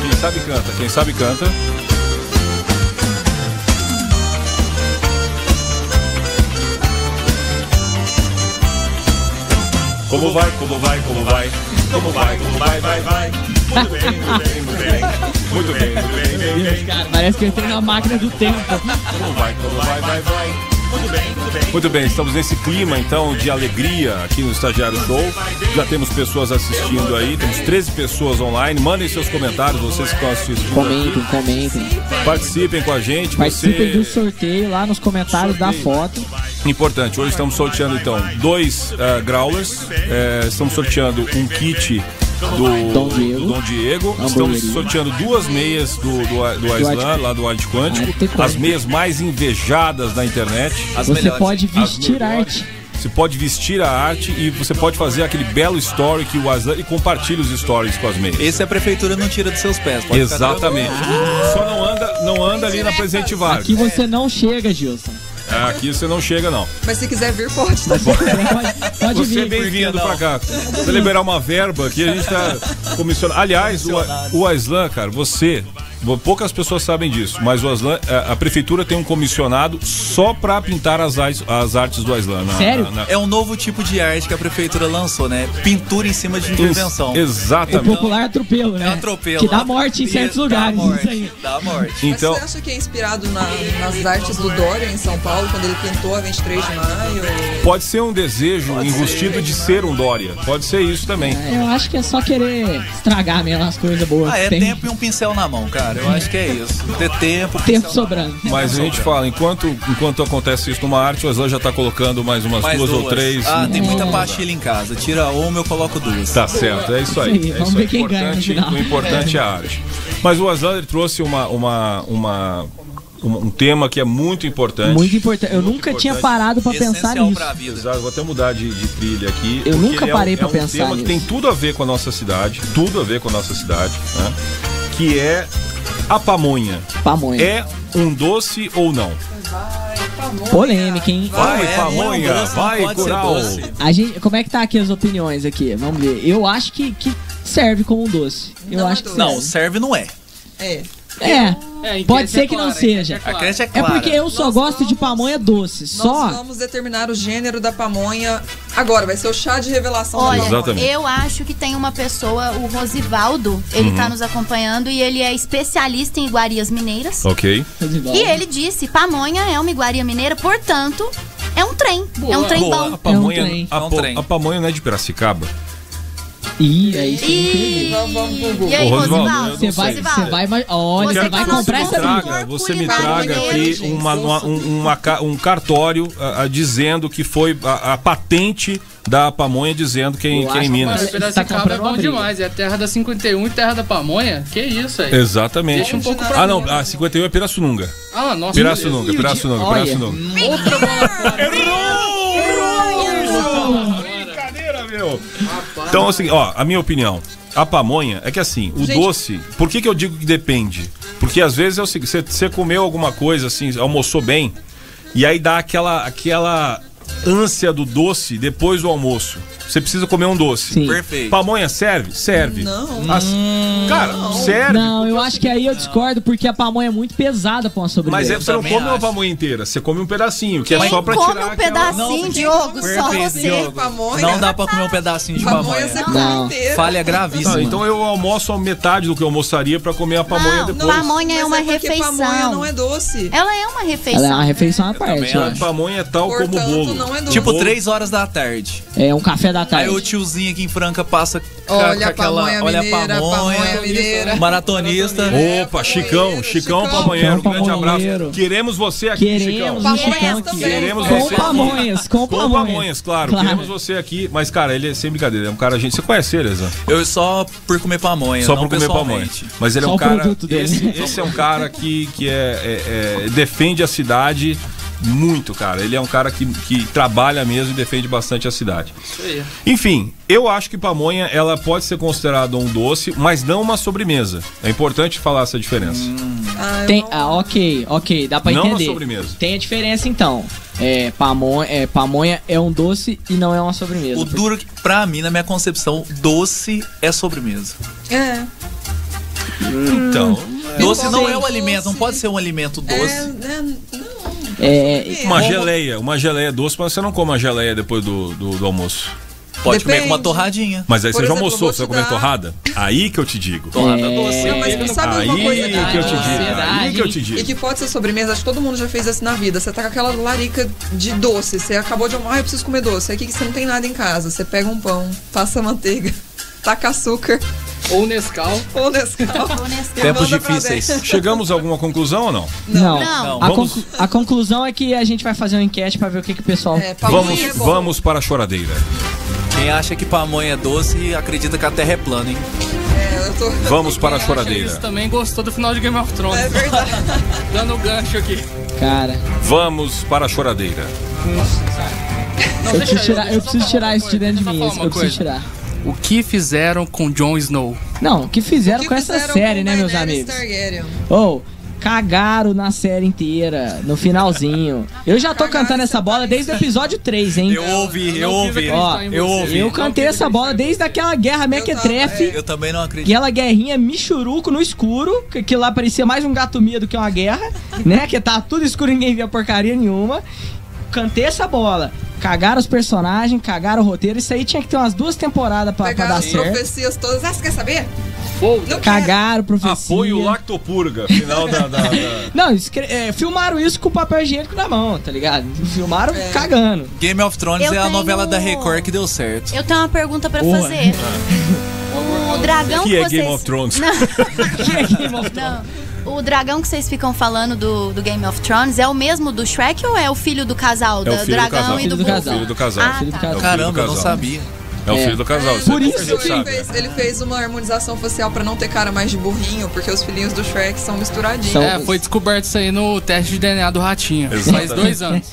S2: Quem sabe canta, quem sabe canta. Como vai, como vai, como vai? Como vai, como vai, vai, vai? Muito bem, muito bem, muito bem. Muito bem, muito bem, bem, bem.
S5: Cara, parece que eu entrei na máquina do tempo.
S2: Como vai, como vai, vai, vai? Muito bem, muito bem. Muito bem, estamos nesse clima então de alegria aqui no Estagiário Show. Já temos pessoas assistindo aí, temos 13 pessoas online. Mandem seus comentários, vocês que estão assistindo.
S5: Comentem, comentem.
S2: aqui. Participem com a gente.
S5: Participem do
S2: Você...
S5: sorteio lá nos comentários da foto.
S2: Importante, hoje estamos sorteando então dois eh, growlers. Eh, estamos sorteando um kit. Do
S5: Dom Diego.
S2: do Dom Diego. Estamos
S5: Hamburgueria.
S2: sorteando duas meias do, do, do Aislan,
S5: Arte-
S2: lá do Arte Quântico.
S5: Arte Quântico.
S2: As meias mais invejadas da internet.
S3: As
S5: Você
S3: melhores.
S5: pode
S2: As
S5: vestir
S2: melhores.
S5: arte.
S2: Você pode vestir a arte e você pode fazer aquele belo story que o Aslan e compartilha os stories com as meias.
S3: Esse a prefeitura não tira dos seus pés. pode ficar
S2: Exatamente. Só não anda, não anda ali na Presidente Vargas.
S5: Aqui você não chega, [laughs] Gilson.
S2: Ah, Aqui você não chega não.
S4: Mas se quiser vir, pode. Tá?
S5: Pode, pode
S2: Você é
S5: vir.
S2: bem-vindo
S3: não?
S2: pra cá. Pra liberar uma verba aqui, a gente tá comissionando. Aliás, o, o Aslan, cara, você. Poucas pessoas sabem disso, mas o Aslan, a, a prefeitura tem um comissionado só pra pintar as, ais- as artes do Aslan. na-
S5: Sério?
S2: na- na-
S3: É um novo tipo de arte que a prefeitura lançou, né? Pintura em cima de É invenção.
S5: O
S2: Exatamente.
S5: popular atropelo, né?
S3: É um atropelo. é
S5: Que dá morte em certos
S3: Dá
S5: lugares.
S3: morte,
S5: Isso aí.
S3: Dá morte.
S2: Então,
S4: Mas você acha que é inspirado na- nas artes do Dória em São Paulo, quando ele pintou a 23 de maio?
S2: Pode ser um desejo enrustido de ser um Dória. Pode ser isso também.
S5: Eu acho que é só querer estragar mesmo as coisas boas.
S3: Ah,
S5: que
S3: é
S5: tem
S3: tempo e um pincel na mão, cara. Eu acho que é isso. Ter tempo, pincel
S5: tempo
S3: na
S5: sobrando.
S2: Mas a gente fala, enquanto, enquanto acontece isso numa arte, o Aslan já tá colocando mais umas
S3: mão. Mais
S2: duas, ou três.
S3: Ah, tem muita pastilha em casa. Tira uma, eu coloco duas.
S2: Tá certo, é isso aí.
S5: Isso aí,
S2: É
S5: vamos
S2: isso aí.
S5: ver quem ganha no
S2: Importante-
S5: final.
S2: O importante é a arte. Mas o Aslan ele trouxe uma, uma, uma, um um tema que é muito importante.
S5: Muito importante. Eu nunca
S2: importante.
S5: tinha parado pra pensar
S3: Essencial
S5: nisso.
S3: pra vida.
S2: Exato, vou até mudar de, de trilha aqui.
S5: Eu
S2: porque
S5: nunca
S2: é um-
S5: parei pra
S2: é um
S5: pensar
S2: tema que
S5: nisso.
S2: tem tudo a ver com a nossa cidade, tudo a ver com a nossa cidade, né? Que é a pamonha.
S5: Pamonha.
S2: É um doce ou não?
S5: Polêmica, hein?
S2: Vai,
S3: Não é,
S2: pamonha,
S3: não é doce, não
S2: vai,
S3: pode ser
S2: coral.
S3: doce.
S5: A gente, como é que tá aqui as opiniões aqui? Vamos ver. Eu acho que, que serve como um doce. Eu
S4: Não é
S5: acho que
S4: doce.
S3: Não, serve não é.
S4: É.
S5: É.
S6: É, em
S5: Pode
S6: crente
S5: ser
S6: é
S5: que não
S6: clara, em crente
S5: seja.
S6: é
S3: A
S6: clara.
S3: creche é
S5: É
S3: clara.
S5: porque eu só
S4: Nós
S5: gosto de
S4: vamos-
S5: pamonha doce,
S4: Nós
S5: só.
S4: vamos determinar o gênero da pamonha agora. Vai ser o chá de revelação
S7: Olha,
S4: da pamonha.
S2: Exatamente.
S7: eu acho que tem uma pessoa, o Rosivaldo, ele
S2: Uhum.
S7: tá nos acompanhando e ele é especialista em iguarias mineiras.
S2: Ok.
S5: Tá
S7: E ele disse: pamonha é uma iguaria mineira, portanto, é um trem. É um trem
S3: Boa.
S7: bom.
S5: É um trem.
S2: a,
S3: É um
S2: po-
S3: trem.
S2: a pamonha não é de Piracicaba.
S5: Ih, aí você não tem
S7: E,
S4: Vamos, vamos, vamos.
S7: e aí,
S2: Ô, Rosivaldo,
S7: Rosivaldo?
S5: Você vai,
S2: sei.
S5: você vai, mas olha,
S7: Você
S5: você vai
S7: tá no
S5: comprar
S7: nosso
S5: essa
S7: contrato.
S5: briga.
S2: traga, você me
S7: culinário
S2: traga
S7: mineiro,
S2: aqui
S7: gente.
S2: uma, uma- um, uma ca- um cartório ah, ah, dizendo que foi a, a patente da pamonha dizendo que é, em-
S5: Eu
S2: que é em
S5: acho
S2: Minas.
S6: Mas
S5: Você tá
S6: Piracicaba é
S5: comprando uma
S6: bom
S5: briga.
S6: demais. É terra da 51 e terra da pamonha. Que isso aí.
S2: Exatamente.
S6: Deixa um pouco pra
S2: ah, não,
S6: mim.
S2: a 51 é Pirassununga.
S6: Ah, nossa.
S2: Pirassununga,
S5: de-
S2: Pirassununga,
S5: olha.
S2: Pirassununga.
S6: Outra bola.
S2: Brincadeira, meu. Então, assim, ó, a minha opinião. A pamonha é que assim, o doce, por que, que eu digo que depende? Porque às vezes é o seguinte, você- você comeu alguma coisa, assim, almoçou bem, e aí dá aquela, aquela ânsia do doce depois do almoço. Você precisa comer um doce.
S5: Sim. Hum.
S3: Perfeito.
S2: Pamonha serve? Serve.
S4: Não.
S2: As- Cara, serve.
S5: Não, eu acho que aí eu discordo, porque a pamonha é muito pesada pra uma
S2: Mas
S5: sobremesa.
S2: é, você não
S3: também
S2: come uma
S3: acho.
S2: pamonha inteira, você come um pedacinho, que é
S7: Quem
S2: só pra
S7: come
S2: tirar
S7: um pedacinho,
S3: Não,
S7: Diogo? Só
S3: Perfeito,
S7: você.
S3: Diogo.
S4: pamonha.
S3: Não dá pra comer um pedacinho de
S4: Pamonha
S3: pamonha.
S4: você
S5: Não.
S4: come inteira.
S3: Falha
S2: Aquela...
S3: gravíssima.
S2: Não, então eu almoço a metade do que eu almoçaria pra comer a pamonha
S7: Ah, Não,
S2: depois.
S7: pamonha é
S4: Mas
S7: uma
S4: porque Pamonha
S7: refeição.
S4: não é doce.
S7: Ela
S5: Ela é
S7: é uma
S5: uma
S7: refeição.
S5: refeição à parte,
S3: também
S5: eu
S3: acho.
S5: acho.
S2: Pamonha é tal como
S4: Portanto,
S2: bolo.
S4: não é doce.
S3: Tipo,
S2: Bolo.
S3: três horas da tarde.
S5: É um café da
S3: Aí o
S5: tarde.
S3: tiozinho aqui em Franca passa com a-
S4: Olha
S3: com
S4: a pamonha mineira, pamonha mineira.
S3: maratonista.
S2: Opa, Chicão, Chicão,
S4: Chicão.
S2: Pamonheiro, um
S5: Chicão,
S2: grande abraço.
S5: pamonheiro.
S2: Queremos você aqui,
S5: Queremos
S2: Chicão.
S5: um
S4: Pamonhas
S5: chicão aqui.
S4: também.
S2: Queremos
S5: Com
S2: você
S5: pamonhas, com
S2: Com
S5: pamonhas.
S2: pamonhas, claro.
S5: Claro.
S2: Queremos você aqui. Mas, cara, ele é sem brincadeira. É um cara, gente. Você conhece ele, Exan?
S3: Eu só por comer pamonha.
S2: Só
S3: não
S2: por comer pamonha.
S3: pessoalmente.
S2: Mas ele é
S5: Só
S2: um
S5: o
S2: cara.
S5: produto dele.
S2: Esse, esse é um cara que, que é, é- é- defende a cidade muito, cara. Ele é um cara que, que trabalha mesmo e defende bastante a cidade. Enfim, eu acho que pamonha ela pode ser considerada um doce, mas não uma sobremesa. É importante falar essa diferença.
S4: Ah, eu
S5: Tem,
S4: não-
S5: ah, ok, ok, dá pra
S2: Não uma
S5: entender.
S2: sobremesa.
S5: Tem a diferença então. É, pamonha, é, pamonha é um doce e não é uma sobremesa.
S3: O duro, que- pra mim, na minha concepção, doce é sobremesa.
S4: É.
S2: Então,
S3: Doce não
S4: Sim.
S3: é um alimento, não pode ser um alimento
S4: É,
S3: doce.
S4: é, não.
S5: É,
S2: uma
S3: Como-
S2: geleia. Uma geleia é doce, mas você não come uma geleia depois do, do, do almoço.
S3: Pode comer com
S4: Depende.
S3: uma torradinha.
S2: Mas aí
S4: Por
S2: você já
S4: exemplo,
S2: almoçou,
S4: eu vou
S2: você vai
S4: te
S2: comer
S4: dar-
S2: torrada? Aí que eu te digo.
S3: Torrada doce.
S4: Não, mas sabe
S2: Aí
S4: uma coisa?
S2: que eu te digo. Aí que eu te
S4: E
S2: digo.
S4: que pode ser sobremesa, acho que todo mundo já fez isso na vida. Você tá com aquela larica de doce, você acabou de almoçar, ah, eu preciso comer doce. Aí o que que você não tem nada em casa? Você pega um pão, passa manteiga, [laughs] taca açúcar,
S6: Ou Nescau.
S4: ou Nescau.
S5: é
S7: Honestamente.
S4: e
S3: Tempos
S4: manda pra
S3: difíceis.
S4: dentro.
S2: Chegamos a alguma conclusão ou não?
S5: não.
S7: Não.
S5: A,
S2: Vamos-
S5: conclu- a conclusão é que a gente vai fazer uma enquete pra ver o que, que o pessoal.
S4: É, pamonha
S2: Vamos,
S4: é bom.
S2: vamos para a choradeira.
S3: Quem acha que pamonha é doce acredita que a terra é plana, hein?
S4: É, eu tô-
S2: Vamos para a
S6: Isso
S2: choradeira.
S6: também gostou do final de Game of Thrones.
S4: É verdade.
S6: [laughs] Dando o gancho aqui.
S5: Cara,
S2: Vamos para a choradeira.
S6: Não,
S5: eu
S6: deixa
S5: preciso tirar,
S6: deixa
S5: eu
S6: só
S5: preciso
S6: falar
S5: tirar
S6: uma
S5: isso de
S6: coisa,
S5: dentro de
S6: deixa
S5: mim.
S6: só
S5: isso
S6: falar
S5: Eu
S6: uma
S5: preciso
S6: coisa.
S5: tirar.
S6: O que fizeram com Jon Snow?
S5: Não, o que fizeram
S4: O que
S5: com essa
S4: fizeram
S5: série,
S4: com
S5: né, meus
S4: Daenerys
S5: amigos?
S4: Targaryen?
S5: Ou, cagaram na série inteira, no finalzinho. Eu já tô cantando essa bola desde o episódio 3, hein?
S3: Eu ouvi, eu
S6: não
S3: ouvi.
S6: quis acreditar em
S3: eu
S6: você.
S3: ouvi.
S5: Eu cantei essa bola desde aquela guerra mequetrefe.
S3: Eu também não acredito.
S5: Aquela guerrinha michuruco no escuro, que aquilo lá parecia mais um gato mia do que uma guerra, [laughs] né? Que tava tudo escuro e ninguém via porcaria nenhuma. Cantei essa bola. Cagaram os personagens, cagaram o roteiro. Isso aí tinha que ter umas duas temporadas pra, pra
S4: Pegaram
S5: dar
S4: as
S5: certo.
S4: profecias todas. Ah, você quer saber? Não quero.
S5: Cagaram, profecia.
S2: Apoio Lactopurga. Final da. da- da-
S5: Não, escre- é, filmaram isso com papel higiênico na mão, tá ligado? Filmaram cagando.
S3: Game of Thrones
S7: Eu
S3: é a
S7: tenho- um
S3: novela da Record que deu certo.
S7: Eu tenho uma pergunta pra
S2: [laughs]
S5: Porra.
S7: fazer. O dragão
S2: Que
S7: que
S2: é
S7: vocês...
S2: Game of Thrones. [laughs] é
S7: Não. O dragão que vocês ficam falando do, do Game of Thrones é o mesmo do Shrek ou é o filho do casal?
S2: É o
S7: do
S2: filho do
S7: dragão
S2: casal.
S7: e do,
S5: Filho do
S7: burro?
S5: casal.
S2: Filho do casal.
S7: Ah,
S5: Filho do
S7: tá.
S5: casal.
S3: Caramba, eu não
S2: casal.
S3: sabia.
S2: É o filho do casal.
S5: Por
S2: é
S5: isso
S2: pouca gente
S4: Ele
S2: sabe.
S4: fez, ele fez uma harmonização facial pra não ter cara mais de burrinho, porque os filhinhos do Shrek são misturadinhos.
S5: São-
S6: É, foi descoberto isso aí no teste de DNA do Ratinho.
S2: Exatamente.
S6: Faz dois anos.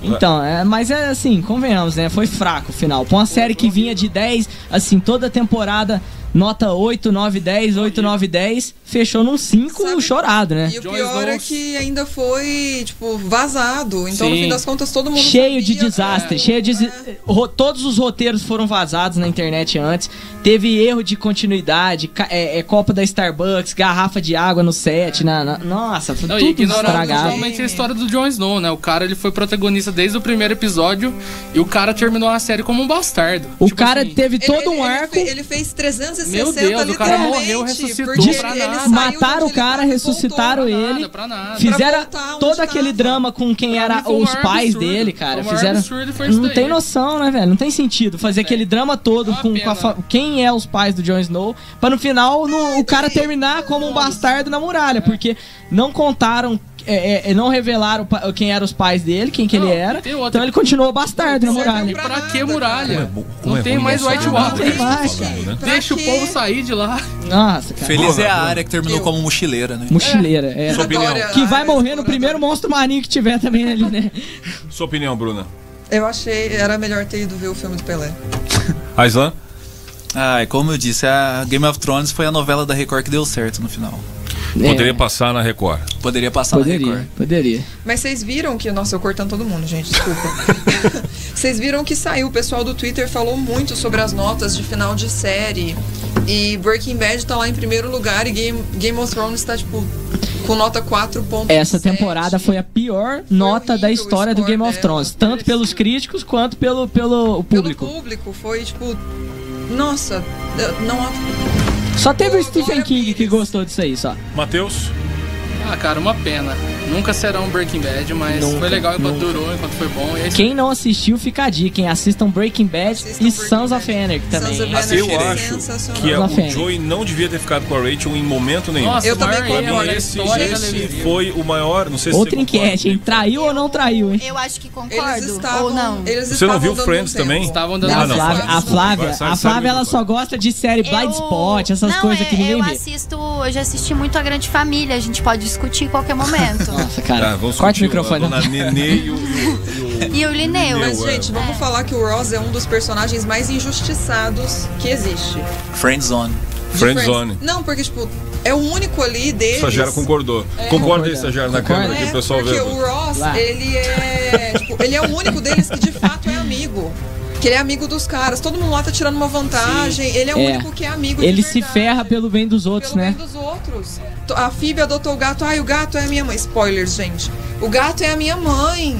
S5: Então, é, mas é assim, convenhamos, né? Foi fraco o final. Pra uma série que vinha de 10, assim, toda temporada, nota 8, 9, 10, 8, 9, 10, fechou num 5
S4: Sabe-
S5: chorado, né?
S4: E o
S6: Joy
S4: pior é
S6: Jones.
S4: que ainda foi, tipo, vazado. Então, no
S6: Sim.
S4: fim das contas, todo mundo.
S5: Cheio de
S4: sabia. né?
S5: desastre, cheio de. desi- ro- Todos os roteiros foram vazados na internet antes. Teve erro de continuidade, ca- é, é, copa da Starbucks, garrafa de água no set. Na, na- nossa, foi
S6: Não, e
S5: tudo
S6: ignoraram
S5: estragado.
S6: totalmente a história do Jon Snow, né? O cara ele foi protagonista desde o primeiro episódio e o cara terminou a série como um bastardo.
S5: O
S6: Tipo
S5: cara
S6: assim,
S5: teve
S4: Ele-
S5: todo
S4: ele-
S5: um
S4: ele
S5: arco.
S4: fe- Ele fez 360
S6: Meu Deus, o cara
S4: literalmente,
S6: morreu, ressuscitou
S4: porque
S6: pra
S4: ele- ele saiu
S6: nada.
S4: de onde
S5: Mataram o
S4: ele
S5: cara,
S4: tava e
S5: ressuscitaram
S6: pra
S4: voltou.
S5: ele.
S6: nada, pra nada.
S5: Fizeram
S4: voltar onde
S5: todo
S4: tava.
S5: aquele drama com quem
S6: Pra
S5: era
S6: mim foi o
S5: os
S6: maior
S5: pais
S6: absurdo.
S5: dele, cara.
S6: Foi o maior
S5: Fizeram.
S6: absurdo foi isso
S5: Não
S6: daí.
S5: tem noção, né, velho? Não tem sentido fazer aquele drama todo
S6: É uma
S5: com, com a
S6: pena.
S5: fa- quem é os pais do Jon Snow, pra no final no- o cara terminar como um bastardo na
S6: É.
S5: muralha, porque não contaram. é, é, é, não revelaram pa- quem eram os pais dele, quem que
S6: Não,
S5: ele era.
S6: tem outra.
S5: Então ele continuou bastardo na
S4: Não,
S5: muralha.
S6: E
S4: pra
S6: pra que
S4: nada,
S6: muralha?
S2: Como é bom- como
S6: Não
S2: é
S6: tem
S2: ruim
S6: mais
S2: essa
S6: White
S2: jornada
S6: Walker.
S2: que a gente tá
S5: Tem
S2: falando, né?
S6: Deixa o
S4: quê?
S6: povo sair de lá.
S5: Nossa, cara.
S3: Feliz é a
S2: Porra,
S3: área que terminou como mochileira, né?
S5: Mochileira, é.
S3: Sua opinião.
S4: Adora-
S5: Que vai
S4: Ah,
S5: morrer no
S4: explorador.
S5: primeiro monstro marinho que tiver também ali, né?
S2: Sua opinião, Bruna.
S4: Eu achei, era melhor ter ido ver o filme do Pelé.
S2: Aislan?
S3: Ai, como eu disse, a Game of Thrones foi a novela da Record que deu certo no final.
S2: Poderia passar na Record.
S3: Poderia passar na
S5: É, Poderia,
S3: Record.
S5: poderia.
S4: Mas vocês viram que. Nossa, eu cortando todo mundo, gente, desculpa. vocês viram que saiu, o pessoal do Twitter falou muito sobre as notas de final de série. E Breaking Bad tá lá em primeiro lugar e Game, Game of Thrones tá, tipo, com nota 4.7.
S5: Essa temporada foi a pior nota
S4: horrível
S5: da
S4: o
S5: história do
S4: score
S5: Game of
S4: dela.
S5: Thrones, tanto pelos críticos quanto pelo, pelo público.
S4: Pelo público, foi tipo. Nossa, eu não.
S5: Só teve o
S4: Pô,
S5: Stephen
S4: Glória
S5: King que
S4: Pires.
S5: gostou disso aí, só.
S9: Matheus?
S6: Ah, cara, uma pena. Nunca será um Breaking Bad, mas
S9: Nunca,
S6: foi legal enquanto
S9: nunca.
S6: durou, enquanto foi bom. E é isso
S5: Quem não assistiu, fica a dica, hein? Assistam Breaking Bad
S4: Assistam
S5: e
S4: Breaking
S5: Sons of
S4: Bad.
S5: Anarchy também.
S4: Sons of
S9: Assim,
S4: Anarchy
S5: hein?
S9: Eu
S4: é
S9: acho
S4: sensacional.
S9: Que é,
S5: Ela
S9: o
S5: fez.
S9: Joey não devia ter ficado com a Rachel em momento nenhum.
S6: Nossa,
S4: Eu também
S6: maior erro
S4: concordo.
S6: da
S9: esse
S6: história,
S9: esse
S6: galera.
S9: foi o maior, não sei se
S5: Outra
S9: você concorda.
S5: enquete, hein? Traiu ou não traiu, hein?
S7: Eu acho que concordo.
S4: Eles estavam.
S7: Ou não?
S4: Eles
S9: Você não
S4: estavam
S9: viu
S4: dando um
S9: Friends
S4: tempo.
S9: também? Tá,
S6: Estavam dando
S4: Não,
S5: A
S9: não,
S5: Flávia,
S4: desculpa,
S5: a Flávia,
S9: vai, sai,
S5: a
S9: sai,
S5: Flávia ela
S9: vai.
S5: só gosta de série Blind Spot, essas
S7: não,
S5: coisas
S7: é-
S5: que ninguém
S7: eu
S5: vê.
S7: assisto, eu já assisti muito a Grande Família, a gente pode discutir em qualquer momento.
S5: Nossa, cara.
S9: Ah, vamos
S5: Corta o
S9: discutir
S5: microfone.
S9: A dona Nenê e o, e o- e
S4: [laughs]
S9: o-
S7: e o Lineu.
S4: Mas,
S9: Eu, é.
S4: gente, vamos falar que o Ross é um dos personagens mais injustiçados que existe.
S3: Friendzone.
S4: De
S2: Friendzone.
S4: Friends. Não, porque, tipo, é o único ali deles.
S2: Estagiário concordou. Concorda aí, estagiário, na
S5: Concorda.
S2: câmera, que
S4: É,
S2: o pessoal
S4: porque
S2: vê.
S4: o Ross,
S5: Lá.
S4: ele é. tipo, ele é o único deles que de fato é amigo. Que ele é amigo dos caras. Todo mundo lá tá tirando uma vantagem. Ele é o
S5: É.
S4: único que é amigo de
S5: Ele se
S4: verdade.
S5: ferra pelo bem dos outros,
S4: Pelo bem
S5: né?
S4: dos outros. T- A Phoebe adotou o gato. Ai, o gato é a minha mãe. Spoilers, gente. O gato é a minha mãe.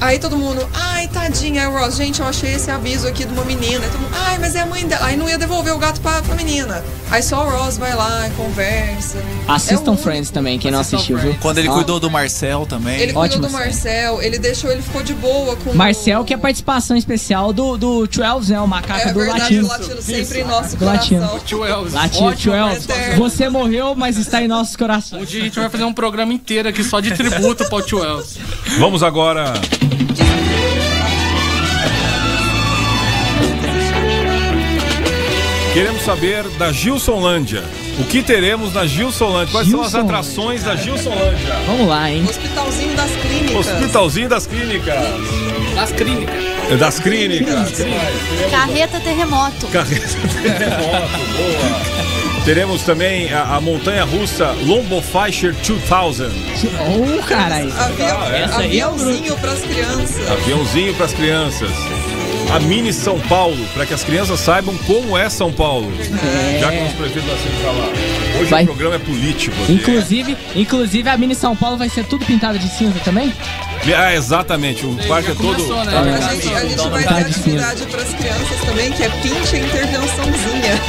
S4: Aí todo mundo, ai, tadinha, é o Ross. Gente, eu achei esse aviso aqui de uma menina. Aí todo mundo, ai, mas é a mãe dela. Aí não ia devolver o gato pra, pra menina. Aí só o Ross vai lá e conversa. É o
S5: Assistam
S4: único.
S5: Friends também, quem não
S6: Assistam
S5: assistiu, viu?
S6: Friends.
S3: Quando ele
S5: Ó,
S3: cuidou do Marcel também.
S4: Ele
S5: Ótimo,
S4: cuidou do Marcel, ele deixou, ele ficou de boa com.
S5: Marcel,
S4: o-
S5: que é participação especial do, do 12, né? O macaco
S4: É
S5: do
S4: verdade,
S5: latino.
S4: o latino sempre em nosso
S5: Do latino.
S4: coração.
S6: Twelves.
S5: Latino,
S6: Ótimo,
S5: 12.
S4: eterno.
S5: Você morreu, mas está em nossos
S6: Um
S5: corações.
S6: dia a gente vai fazer um programa inteiro aqui só de tributo pro Twelves.
S2: Vamos agora. Queremos saber da Gilsonlândia. O que teremos na Gilsonlândia? Quais são as
S5: Gilson.
S2: atrações da Gilsonlândia?
S5: Vamos lá, hein?
S4: Hospitalzinho das clínicas.
S2: Hospitalzinho das Clínicas.
S6: As clínicas.
S2: É Das Clínicas.
S7: Carreta Terremoto.
S2: Carreta terremoto, boa. Teremos também a, a montanha russa Lombofischer 2000.
S5: Ô, caralho.
S4: Avião,
S5: essa aí é
S4: aviãozinho pras crianças.
S2: Aviãozinho para as crianças. A Mini São Paulo, para que as crianças saibam como é São Paulo.
S7: É.
S2: Já que os prefeitos assim falar. Hoje
S5: Vai.
S2: o programa é político. aqui.
S5: Inclusive, inclusive a mini São Paulo vai ser tudo pintada de cinza também?
S2: Ah, exatamente. O parque é
S6: Já
S2: todo.
S6: começou,
S3: Tá
S6: né?
S4: A gente, a
S2: tá
S4: gente vai ter
S5: vontade de
S4: atividade pras crianças também, que é pinte a intervençãozinha.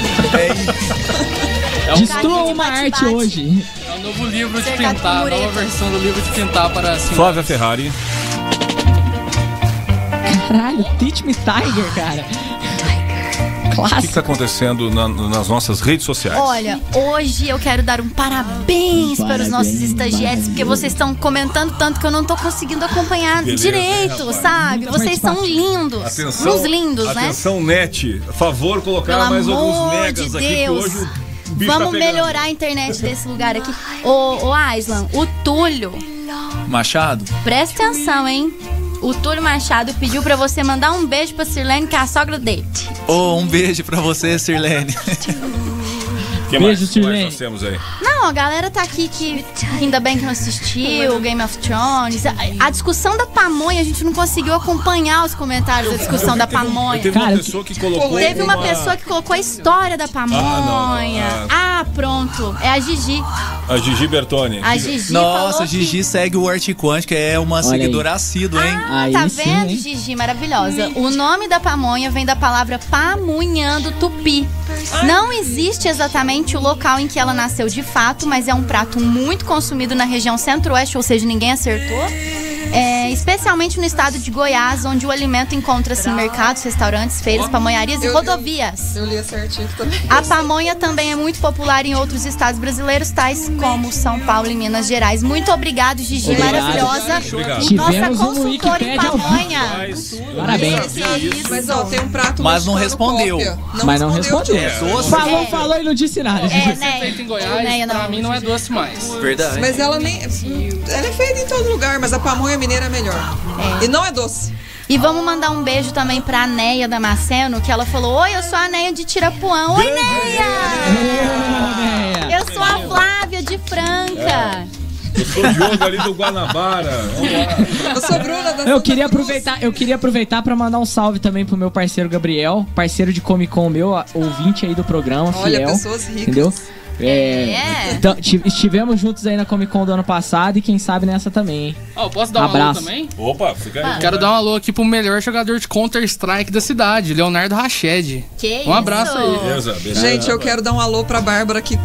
S3: É
S5: Destrua
S3: um
S7: Carrinho de
S5: uma arte
S7: bate-bate.
S5: hoje.
S6: É o novo livro de
S7: Cercado com
S6: pintar, a nova
S7: mureta.
S6: versão do livro de pintar para assim.
S2: Flávia Ferrari.
S5: Caralho, Teach Me Tiger, cara.
S2: O que
S5: Clássico.
S2: está acontecendo na- nas nossas redes sociais?
S7: Olha, hoje eu quero dar um parabéns, para os nossos estagiários, porque vocês estão comentando tanto que eu não tô conseguindo acompanhar
S2: Beleza,
S7: direito, sabe? Vocês são lindos.
S2: Atenção,
S7: uns lindos, né?
S2: atenção net. A favor, colocar
S7: Pelo
S2: mais alguns
S7: amor
S2: megas
S7: de
S2: aqui que
S7: Deus.
S2: hoje o bicho tá
S7: Vamos
S2: pegando.
S7: melhorar a internet desse lugar aqui. Ô, ô Aislan, o Túlio,
S3: Machado?
S7: presta atenção, hein? O Túlio Machado pediu pra você mandar um beijo pra Sirlene, que é a sogra dele.
S3: Ô, um beijo pra você, Sirlene. [laughs]
S2: Que
S5: Beijo,
S2: mais? Que mais
S5: Sirlene.
S2: nós temos aí?
S7: Não, a galera tá aqui que ainda bem que não assistiu, Game of Thrones. A, a discussão da pamonha, a gente não conseguiu acompanhar os comentários da discussão da pamonha.
S2: Teve um
S5: Cara,
S2: uma pessoa que colocou.
S7: Teve uma pessoa que colocou a história da pamonha.
S2: Ah, não, não,
S7: Ah, pronto. É a Gigi.
S2: A Gigi Bertoni.
S7: A Gigi
S3: Nossa,
S7: falou
S3: Gigi segue o Arte Quântica, é uma
S5: Olha aí.
S3: seguidora assídua, hein?
S7: Ah,
S5: Aí
S7: tá
S5: sim,
S7: vendo,
S5: hein?
S7: Gigi? Maravilhosa. O nome da pamonha vem da palavra pamunhando tupi. Não existe exatamente o local em que ela nasceu de fato, mas é um prato muito consumido na região centro-oeste, ou seja, ninguém acertou. É, especialmente no estado de Goiás, onde o alimento encontra-se em mercados, restaurantes, feiras, pamonharias e
S4: Eu- eu-
S7: rodovias.
S4: Eu li esse artigo também.
S7: A pamonha também é muito popular em outros estados brasileiros, tais como São Paulo e Minas Gerais. Muito obrigado, Gigi,
S5: Obrigado.
S7: maravilhosa.
S2: Obrigado.
S7: Nossa
S5: Tivemos um
S7: consultora em
S5: Wikipédia ao vivo.
S7: pamonha.
S2: Mas-
S5: Parabéns.
S4: Mas ó, tem um prato
S3: Mas não
S4: mexicano
S3: respondeu.
S4: cópia.
S5: Mas não
S4: respondeu.
S5: respondeu.
S4: Diogo.
S3: Doce.
S5: Falou,
S7: É.
S5: falou e não disse nada.
S7: É,
S6: Feito em
S7: né?
S6: Goiás,
S7: Né,
S6: pra
S7: não.
S6: mim não é doce mais.
S3: Verdade.
S4: Mas ela nem. Ela é feita em todo lugar, mas a pamonha mineira é melhor. E não é doce.
S7: E vamos mandar um beijo também pra Neia Damasceno, que ela falou: Oi, eu sou a Neia de Tirapuã. Oi, Neia!
S5: É.
S7: Eu sou a Flávia de Franca.
S10: Eu sou o Diogo ali do Guanabara. Vamos lá.
S4: Eu sou Bruna da
S5: Eu
S4: Santa
S5: queria
S4: Cruz.
S5: aproveitar, eu queria aproveitar para mandar um salve também pro meu parceiro Gabriel, parceiro de Comic Con meu, a- ouvinte aí do programa,
S4: Olha,
S5: fiel,
S4: pessoas ricas.
S5: entendeu? É,
S7: É.
S5: então, ti- estivemos juntos aí na Comic Con do ano passado e quem sabe nessa também, hein?
S6: Ó, posso dar um alô
S5: Abraço.
S6: também?
S2: Opa, fica aí.
S6: Quero dar um alô aqui pro melhor jogador de Counter-Strike da cidade, Leonardo Rached.
S7: Que
S6: Um abraço
S7: isso?
S6: aí.
S2: Beleza, beleza.
S4: Gente, eu quero dar um alô pra Bárbara que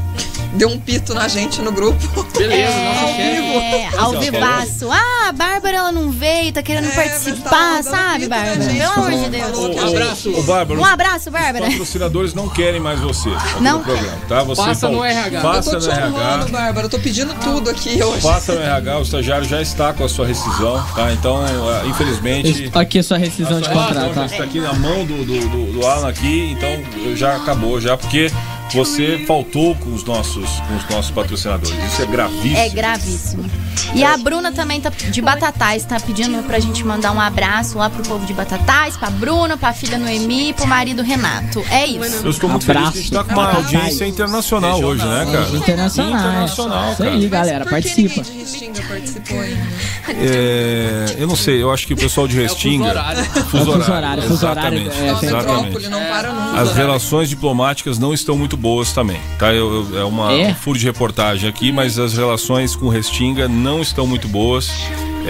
S4: deu um pito na gente no grupo. [laughs]
S6: Beleza, nossa chefe.
S7: É, ao vivaço. Ah, a Bárbara ela não veio, tá querendo
S4: É,
S7: participar,
S4: mas tá mandando
S7: sabe,
S4: muito, né,
S7: Bárbara?
S4: gente?
S7: Pelo amor de
S4: Falou,
S2: tá
S4: falou que
S7: Deus.
S4: a
S2: Abraço. Ô, Bárbaro,
S7: Um abraço, Bárbara.
S2: os patrocinadores não querem mais você aqui
S7: Não
S2: no programa, tá? Você
S6: Passa
S2: falou-
S6: no RH.
S4: Eu
S2: Passa
S4: tô te
S2: no RH.
S4: honrando, Bárbara. Eu tô pedindo tudo aqui hoje.
S2: Passa no RH, o estagiário já está com a sua rescisão, tá? Então, ah, infelizmente.
S5: Aqui a sua rescisão
S2: a
S5: de
S2: sua
S5: contrato,
S2: rescisão já
S5: tá?
S2: está né? aqui na mão do, do, do- do Alan aqui, então já acabou já, porque você faltou com os nossos, com os nossos patrocinadores. Isso é gravíssimo.
S7: É gravíssimo. E a Bruna também tá de Batatais, tá pedindo pra gente mandar um abraço lá pro povo de Batatais, pra Bruna, pra filha Noemi e pro marido Renato. É isso.
S2: Eu estou muito feliz
S5: Abraço.
S2: que a gente tá com uma
S5: Abraço.
S2: audiência internacional hoje, né, cara?
S5: Internacional. é
S2: Internacional,
S5: Isso
S2: cara.
S5: aí, galera,
S4: Por
S5: participa.
S4: que ninguém de Restinga participou ainda?
S2: É, eu não sei, eu acho que o pessoal de
S6: É o fuso
S2: Restinga.
S6: horário.
S5: É fuso horário, fuso horário,
S2: exatamente,
S5: é,
S4: Não,
S5: tem-
S2: exatamente.
S4: metrópole, não para nunca.
S2: As relações diplomáticas não estão muito boas também, tá? Eu, eu- é uma
S5: É?
S2: um furo de reportagem aqui, mas as relações com Restinga não estão muito boas.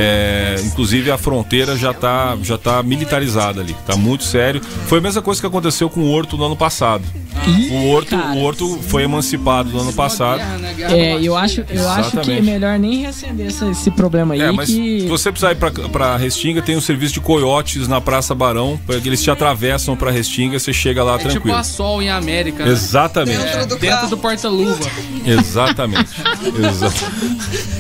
S2: É, inclusive a fronteira já tá, já tá militarizada ali, tá muito sério. Foi a mesma coisa que aconteceu com o Horto no ano passado.
S5: Ih,
S2: O Horto,
S5: cara.
S2: o Horto foi emancipado no ano passado.
S6: Guerra, né? Guerra
S5: É,
S6: do
S5: eu acho,
S6: Rached.
S5: eu acho que é
S2: Exatamente.
S5: melhor nem reacender essa- esse problema aí
S2: É, mas
S5: que
S2: se você precisar ir pra, pra Restinga, tem um serviço de coiotes na Praça Barão, pra que eles te atravessam pra Restinga, você chega lá
S6: É tipo
S2: tranquilo.
S6: a Sol em América. né?
S4: Dentro
S2: Exatamente.
S4: do
S6: Dentro
S4: carro.
S6: do porta-luva.
S2: Exatamente. Exa-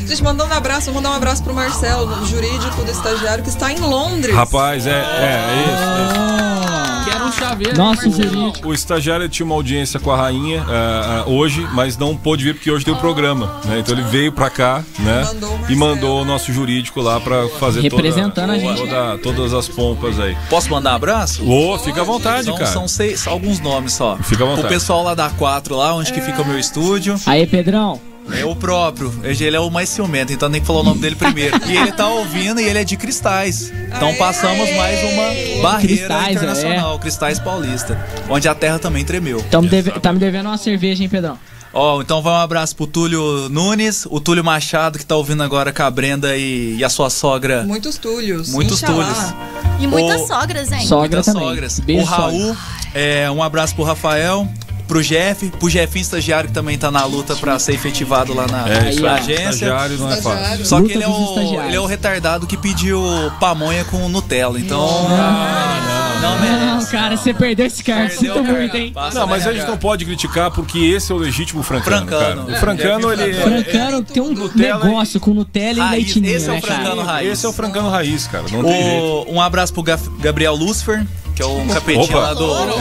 S4: Gente, mandando um abraço, vou mandar um abraço pro Marcelo, jurídico do estagiário, que está em Londres.
S2: Rapaz, é, é, é isso. é isso.
S7: Ah.
S6: Quero um chaveiro.
S5: Nossa,
S6: Marcelo.
S5: jurídico.
S2: O estagiário tinha uma audiência com a rainha ah, ah, hoje, mas não pôde vir porque hoje tem o programa. né? Então ele veio pra cá né?
S4: Mandou o
S2: e
S4: Marcelo.
S2: mandou o nosso jurídico lá pra fazer toda-
S5: Representando a gente.
S2: toda- todas as pompas aí.
S3: Posso mandar abraço?
S2: Ô, fica à vontade,
S3: são,
S2: cara.
S3: são seis, só alguns nomes só.
S2: Fica à vontade.
S3: O pessoal lá da 4, lá onde que fica o
S7: É.
S3: meu estúdio.
S5: Aí, Pedrão,
S3: É o próprio. Ele é o mais ciumento, então tem que falar o nome dele primeiro. E ele tá ouvindo e ele é de cristais. Então passamos mais uma barreira
S5: Cristais, é.
S3: internacional, Cristais Paulista, onde a terra também tremeu.
S5: tá me, deve- tá me devendo uma cerveja, hein, Pedrão?
S3: Ó, então vai um abraço pro Túlio Nunes, o Túlio Machado, que tá ouvindo agora com a Brenda e, e a sua sogra.
S4: Muitos tulhos.
S3: Muitos
S4: Inxalá.
S3: Túlios.
S7: E muitas
S3: O-
S7: sogras, hein?
S5: Sogra
S3: Muitas
S5: também.
S3: sogras.
S5: Beijo,
S3: o Raul, é, um abraço pro Rafael, pro Jeff, pro Jefinho estagiário que também tá na luta pra ser efetivado lá na,
S2: É isso
S3: na
S5: ó.
S2: aí.
S3: agência.
S2: Estagiário não é fácil.
S4: Estagiário.
S3: Só
S5: Luta
S3: que ele é,
S5: dos
S3: o,
S5: estagiários.
S3: ele é o retardado que pediu pamonha com Nutella, então. Não, não, merece.
S5: Não, cara, você perdeu esse cargo.
S3: Perdeu,
S5: Sinto
S3: cara.
S5: muito, hein?
S3: Passa,
S2: Não, mas a
S3: né,
S2: gente
S3: cara?
S2: não pode criticar porque esse é o legítimo francano,
S3: Francano.
S2: cara.
S3: É,
S2: O francano, ele
S5: Francano tem um
S2: Nutella
S5: negócio com Nutella e
S3: Raiz,
S5: leite ninho,
S3: esse é o
S5: né, cara?
S3: Francano raiz.
S2: Esse é o francano raiz, cara. Não tem jeito.
S3: O- um abraço pro Gaf- Gabriel Lucifer, que é o capetinho
S2: Opa.
S3: lá do.
S5: Caralho.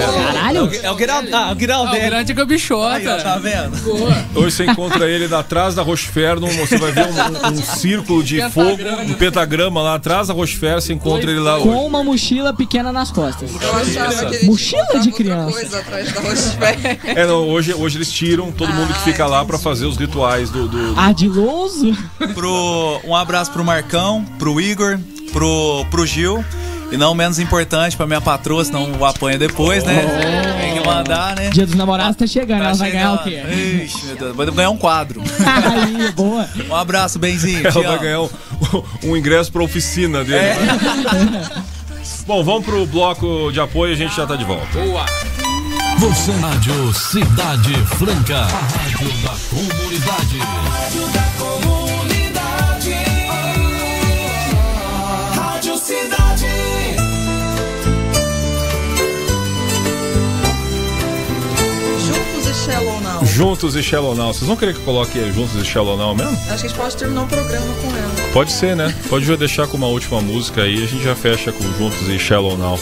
S3: É o, é o Geraldo. Ah, o
S6: Ah, o
S3: Geraldelli.
S6: grande
S3: Aí, ó, tá
S6: gabichota.
S3: vendo?
S2: Hoje você encontra ele lá atrás da Rocheferno, você vai ver um, um- um círculo de fogo, um pentagrama lá atrás da Rocheferno, você encontra ele lá hoje.
S5: Com uma mochila pequena nas costas.
S4: Eu achava que ele
S5: Mochila
S4: tinha
S5: de
S4: outra
S5: criança.
S4: coisa atrás da
S2: [laughs]
S4: Rochefé.
S2: É, não, hoje, hoje eles tiram todo mundo que fica lá pra fazer os rituais do. do-
S5: Ah, Ardiloso?
S3: Pro, um abraço pro Marcão, pro Igor, pro, pro Gil. E não menos importante, pra minha patroa, senão apanha depois, né? Tem que mandar, né?
S5: Dia dos namorados tá chegando, ela vai ganhar o quê?
S3: Ixi, meu Deus. Vai ganhar um quadro.
S5: [laughs] Aí, boa.
S3: Um abraço, Benzinho. te
S2: Ela [laughs] vai ganhar um,
S3: amo.
S2: um ingresso pra oficina dele. né? Bom, vamos pro bloco de apoio e a gente já tá de volta.
S11: Você Rádio Cidade Franca, a rádio da comunidade.
S12: Comunidade. Rádio Cidade.
S4: Juntos e Shallow Now.
S2: Juntos e Shallow Now. Vocês vão querer que eu coloque Juntos e Shallow Now mesmo?
S4: Acho que a gente pode terminar o programa com ela.
S2: Pode ser, né? Pode já deixar com uma última música aí, a gente já fecha com Juntos e Shallow Now.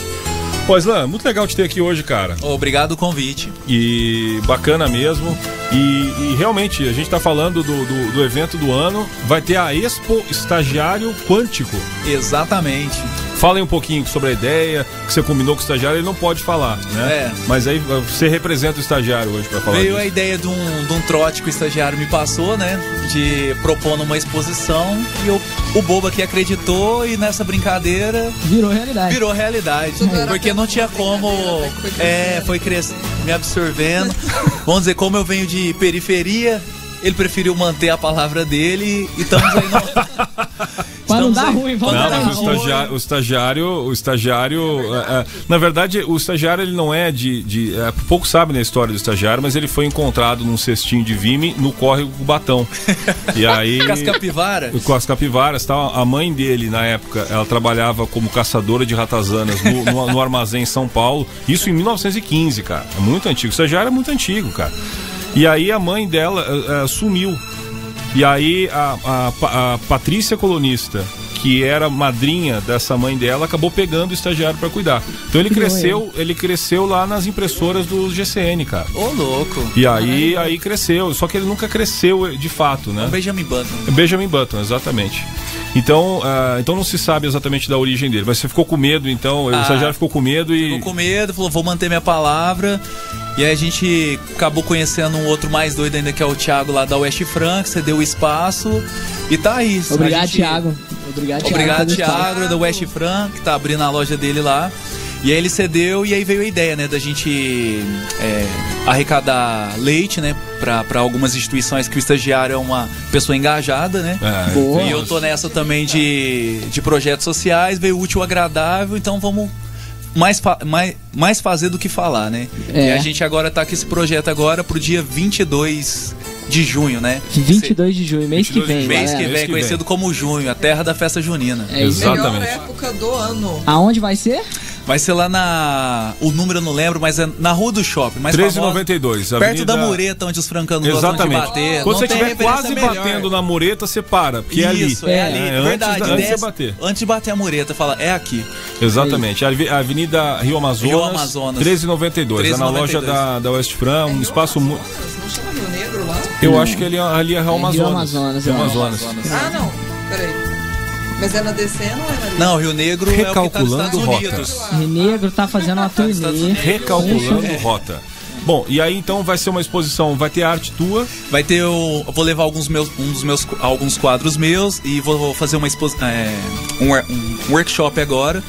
S2: Pô, Islan, muito legal te ter aqui hoje, cara.
S3: Obrigado o convite.
S2: E bacana mesmo. E, e realmente, a gente tá falando do, do, do evento do ano. Vai ter a Expo Estagiário Quântico.
S3: Exatamente.
S2: Falem um pouquinho sobre a ideia que você combinou com o estagiário, ele não pode falar, né?
S3: É.
S2: Mas aí você representa o estagiário hoje para falar.
S3: Veio a
S2: disso.
S3: ideia de um, de um trote que o estagiário me passou, né? De propondo uma exposição e eu- o bobo aqui acreditou e nessa brincadeira
S5: Virou realidade.
S3: virou realidade.
S4: Tudo era
S3: Porque não tinha
S4: brincadeira,
S3: como.
S4: né, que foi crescendo.
S3: É, foi crescendo, me absorvendo. Vamos dizer, como eu venho de periferia, ele preferiu manter a palavra dele e estamos aí no.
S5: Pra não
S3: Estamos
S5: dar
S3: aí.
S5: ruim, vamos
S2: Não,
S5: dar
S2: mas o
S5: ruim.
S2: estagiário, o estagiário, o estagiário, ah, ah, na verdade, o estagiário ele não é de, de ah, pouco sabe na história do estagiário, mas ele foi encontrado num cestinho de vime no córrego
S3: [laughs]
S2: Cubatão. E aí
S3: Cascapivara.
S2: com as capivaras, tal. A mãe dele na época, ela trabalhava como caçadora de ratazanas no, no- no armazém em São Paulo. Isso em 1915, cara. É muito antigo. O estagiário é muito antigo, cara. E aí a mãe dela eh, eh, sumiu. E aí a, a Pa- a Patrícia Colonista, que era madrinha dessa mãe dela, acabou pegando o estagiário para cuidar. Então ele cresceu, ele cresceu lá nas impressoras do GCN, cara.
S3: Ô, louco.
S2: E aí, aí cresceu. Só que ele nunca cresceu eh, de fato, né?
S3: Benjamin Button.
S2: Benjamin Button, exatamente. Então, ah, então não se sabe exatamente da origem dele, mas você ficou com medo, então, o
S3: Ah.
S2: estagiário ficou com medo e.
S3: Ficou com medo, falou, vou manter minha palavra. E aí a gente acabou conhecendo um outro mais doido ainda, que é o Thiago lá da West Frank, cedeu o espaço. E tá isso. A
S5: Obrigado,
S3: gente-
S5: Thiago. Obrigado, Thiago.
S3: Obrigado,
S5: pelo espaço.
S3: Thiago, da West Frank, que tá abrindo a loja dele lá. E aí ele cedeu e aí veio a ideia, né, da gente é, arrecadar leite, né, pra, pra algumas instituições que o estagiário é uma pessoa engajada, né?
S2: É,
S5: Boa.
S2: tem-
S3: E eu tô nessa também de, de projetos sociais, veio útil, agradável, então vamos mais, fa- mais, mais fazer do que falar, né?
S5: É.
S3: E a gente agora tá com esse projeto agora pro dia 22 de junho, né?
S5: 22 de junho, mês que
S2: 22 de
S5: vem,
S2: junho,
S3: Mês
S5: galera.
S3: que
S2: Mês
S3: vem,
S2: que
S3: conhecido como junho, a terra da festa junina.
S5: É isso.
S2: Exato.
S4: Melhor
S2: Exatamente.
S4: época do ano.
S5: Aonde vai ser?
S3: Vai ser lá na. O número eu não lembro, mas é na rua do shopping. Mais
S2: 1392,
S3: famosa, Perto
S2: Avenida-
S3: da mureta, onde os francanos gostam de
S2: Exatamente.
S3: bater.
S2: Quando
S3: Não
S2: você
S3: tem
S2: estiver
S3: referência
S2: quase
S3: melhor.
S2: batendo na mureta, você para, porque
S3: Isso,
S2: é ali.
S3: é ali.
S2: É, antes
S3: verdade.
S2: da- antes de
S3: desce-
S2: bater.
S3: antes de bater a mureta, fala, é aqui.
S2: Exatamente. A Avi- a Avenida Rio Amazonas,
S3: Rio Amazonas.
S2: 1392, é na
S3: 13,92.
S2: loja da, da West Fran, um espaço muito.
S4: Não chama Rio Negro lá?
S2: Eu
S5: Não.
S2: acho que ali, é- ali é Rio Amazonas.
S5: Amazonas,
S2: Rio
S5: é.
S2: Amazonas.
S4: Ah, não. Peraí. Mas é na descendo ou é na
S3: Não, Rio Negro é o que tá
S2: Recalculando
S3: nos Estados
S2: rota.
S3: Unidos.
S5: Renegro tá fazendo uma turnê.
S2: Recalculando rota. Bom, e aí então vai ser uma exposição, vai ter arte tua.
S3: Vai ter o. eu Vou levar alguns meus, um dos meus, alguns quadros meus e vou fazer uma expo, é, um, wor- um workshop agora.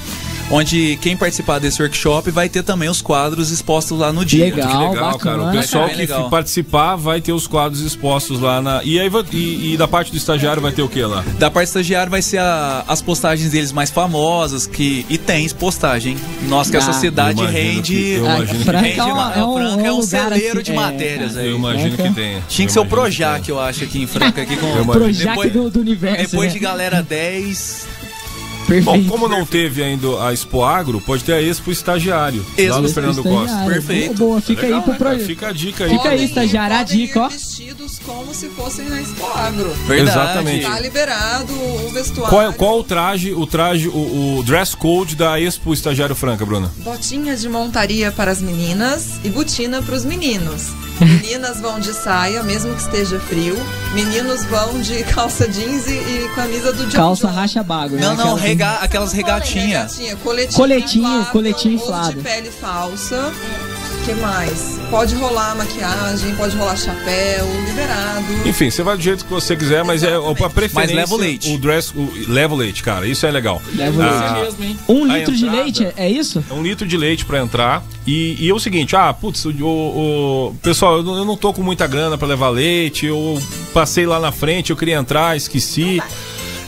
S3: Onde quem participar desse workshop vai ter também os quadros expostos lá no dia.
S5: Legal.
S2: Que legal,
S5: bacana,
S2: cara. O
S5: cara.
S2: pessoal
S3: Bem
S2: que
S3: legal.
S2: fi- participar vai ter os quadros expostos lá na. E aí vai- e, e da parte do estagiário vai ter o que lá?
S3: Da parte estagiária vai ser a- as postagens deles mais famosas, que. E tem postagem. hein? Nossa, que
S5: Ah,
S3: essa cidade
S2: eu imagino
S3: rende.
S2: que- eu
S5: Ah,
S2: imagino que
S5: Franca
S3: rende-
S5: é uma- é um-
S3: Franca é
S5: é um
S3: um
S5: lugar
S3: celeiro
S5: assim,
S3: de
S5: é,
S3: matérias aí.
S2: Eu imagino que tenha.
S3: Tinha que ser o Projac, eu acho, aqui em Franca. Aqui com,
S2: Eu imagino.
S5: Projac
S3: depois,
S5: do, do universo.
S3: depois de
S5: né?
S3: galera 10.
S2: Bom,
S5: Perfeito.
S2: como não teve ainda a Expo Agro, pode ter a Expo Estagiário. lá no
S3: Expo
S2: Fernando
S5: Estagiário.
S2: Costa.
S3: Perfeito.
S5: ah, Boa, boa, fica
S2: Legal,
S5: aí pro
S2: né, cara?
S5: projeto.
S2: Fica a dica aí.
S5: Fica aí,
S4: Podem ir-
S5: estagiário, a
S4: podem ir
S5: dica, ó.
S4: vestidos como se fossem na Expo Agro.
S3: Verdade.
S2: Exatamente.
S4: Tá liberado o vestuário.
S2: Qual, é- qual o traje, o traje, o, o dress code da Expo Estagiário Franca, Bruna?
S4: Botinha de montaria para as meninas e botina para os meninos. Meninas vão de saia, mesmo que esteja frio. Meninos vão de calça jeans e, e camisa do John
S5: Calça
S4: John.
S5: racha bago.
S3: Não,
S5: né?
S3: não,
S5: Aquela-
S3: rega, aquelas regatinhas.
S4: Regatinha, coletinho,
S5: Coletinho,
S4: inflável,
S5: coletinho
S4: ou
S5: inflável.
S4: de pele falsa. que mais? Pode rolar maquiagem, pode rolar chapéu, liberado.
S2: Enfim, você vai do jeito que você quiser, mas é a preferência.
S3: Mas leva o leite.
S2: O dress, o- leva o leite, cara. Isso é legal.
S5: Leva o leite.
S2: Ah,
S6: mesmo, hein?
S5: Um
S2: A
S5: litro de
S2: entrada.
S5: leite, é isso?
S2: É um litro de leite pra entrar. E, e é o seguinte, ah, putz, o, o- o- pessoal, eu não, eu não tô com muita grana pra levar leite, eu passei lá na frente, eu queria entrar, esqueci.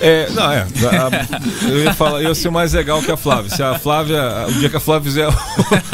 S2: É, não, é. a- a- eu ia falar, eu ia ser mais legal que a Flávia. Se a Flávia, o dia que a Flávia fizer, [laughs]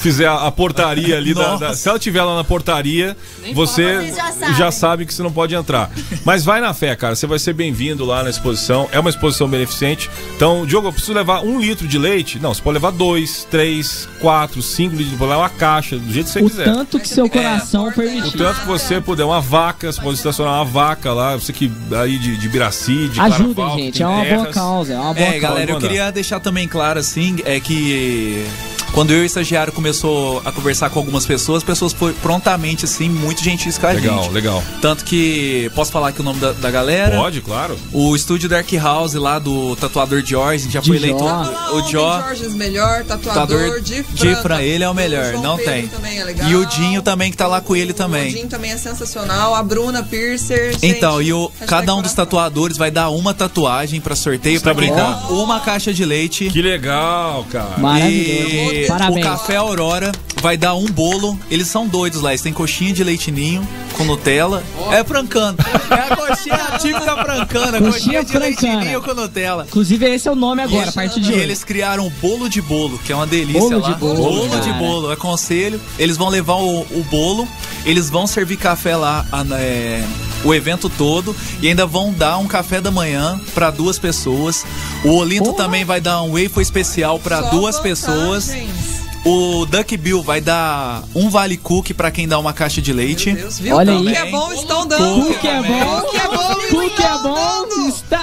S2: fizer a, a portaria ali, da- da- se ela tiver lá na portaria, você
S7: Vocês já sabem.
S2: já sabe que você não pode entrar. Mas vai na fé, cara. Você vai ser bem-vindo lá na exposição. É uma exposição beneficente. Então, Diogo, eu preciso levar um litro de leite? Não, você pode levar dois, três, quatro, cinco litros. Pode levar uma caixa, do jeito que você
S5: O
S2: quiser.
S5: tanto que seu
S4: É,
S5: coração
S4: importante.
S2: O
S5: permitir.
S2: tanto que você puder, uma vaca, você pode estacionar uma vaca lá, você que aí de, de Biraci, de
S5: Ajudem,
S2: Claraval, que
S5: gente.
S2: tem
S5: É uma boa
S2: terras.
S5: causa. É uma boa
S3: É, galera, eu
S2: mandar.
S3: queria deixar também claro assim, é que Quando eu e o estagiário começou a conversar com algumas pessoas, pessoas foram prontamente, assim, muito gentis com a
S2: Legal,
S3: gente.
S2: legal.
S3: Tanto que, posso falar aqui o nome da, da galera?
S2: Pode, claro.
S3: O estúdio Dark House lá do tatuador George, já
S5: De
S3: foi eleito
S5: Jó.
S3: o Jó.
S4: Jorge melhor, tatuador,
S3: Tatuador
S4: de Fran.
S3: de Fran, ele é o melhor,
S4: João
S3: não
S4: Pedro
S3: tem.
S4: também é legal.
S3: E o Dinho também que tá lá com ele
S4: O
S3: também.
S4: Dinho também é sensacional. A Bruna Piercer. gente,
S3: Então, e o,
S4: hashtag
S3: cada um dos
S4: coração.
S3: tatuadores vai dar uma tatuagem pra sorteio
S2: Você
S3: pra
S2: tá brincando?
S3: ganhar uma caixa de leite.
S2: Que legal, cara.
S5: Maravilhoso.
S3: E o
S5: Parabéns.
S3: Café Aurora vai dar um bolo. Eles são doidos lá. Eles têm coxinha de leitinho com Nutella. É francana. É a coxinha típica francana. Coxinha,
S5: Coxinha
S3: de
S5: francana.
S3: leitinho com Nutella.
S5: Inclusive, esse é o nome agora, a partir de
S3: E
S5: hoje.
S3: eles criaram o bolo de bolo, que é uma delícia
S5: Bolo
S3: lá.
S5: de bolo, cara.
S3: de bolo, aconselho. Eles vão levar o, o bolo, eles vão servir café lá a- é, o evento todo e ainda vão dar um café da manhã para duas pessoas. O Olinto também vai dar um wafer especial para
S4: Só
S3: duas
S4: vantagens.
S3: pessoas. O Duck Bill vai dar um vale cookie para quem dá uma caixa de leite.
S4: Meu Deus, viu?
S5: Olha
S4: Olha que
S5: aí.
S4: é bom, estão dando.
S5: Cu que é bom,
S4: Cu que é bom,
S5: cu que é bom,
S4: dando.
S5: está...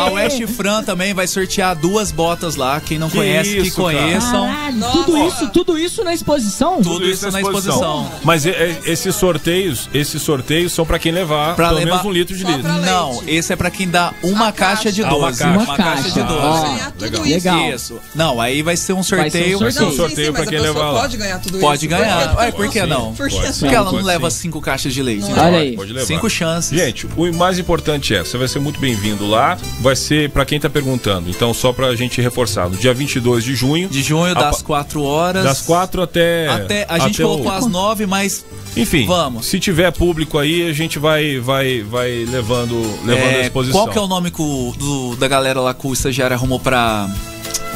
S3: A West Fran também vai sortear duas botas lá, quem não
S2: Que
S3: conhece, que
S2: isso, cara.
S3: conheçam.
S5: Caralho,
S4: Nossa.
S5: tudo isso, tudo isso na exposição?
S3: Tudo isso na exposição.
S2: Mas e- e- esses sorteios, esses sorteios são pra quem levar
S3: Pra
S2: pelo
S3: levar-
S2: menos um litro de
S4: Só
S2: litro.
S4: pra leite.
S3: Não, esse é pra quem dá uma
S4: A
S3: caixa, de
S2: caixa. Ah,
S3: 12.
S2: uma caixa.
S5: Uma caixa.
S3: de 12.
S4: Ganhar tudo
S2: legal.
S4: isso.
S5: Legal.
S3: Isso. Não, aí vai ser um
S5: Vai ser um
S3: sorteio.
S5: sorteio.
S4: Não, sim,
S2: sorteio
S4: sim,
S2: pra
S4: mas a
S2: quem
S4: pessoa
S2: levar lá.
S4: Pode ganhar tudo
S3: Pode
S4: isso.
S3: ganhar. Ué, por que
S2: Pode
S3: não?
S2: sim,
S4: Por que
S2: pode
S4: não?
S2: sim,
S3: Porque ela não
S2: pode
S3: leva
S2: sim.
S3: cinco caixas de leite.
S5: Olha aí.
S2: Pode levar.
S3: Cinco chances.
S2: Gente, o mais importante é, você vai ser muito bem-vindo lá, vai ser pra quem tá perguntando. Então, só pra gente reforçar, no dia 22 de junho,
S3: De junho,
S2: A
S3: das
S2: pa-
S3: quatro horas.
S2: das 4 até
S3: Até, a gente
S2: até o-
S3: colocou às nove, mas
S2: Enfim,
S3: Vamos.
S2: se tiver público aí, a gente vai vai vai levando levando a
S3: é,
S2: exposição.
S3: qual que é o nome co- do- da galera lá que o estagiário arrumou pra,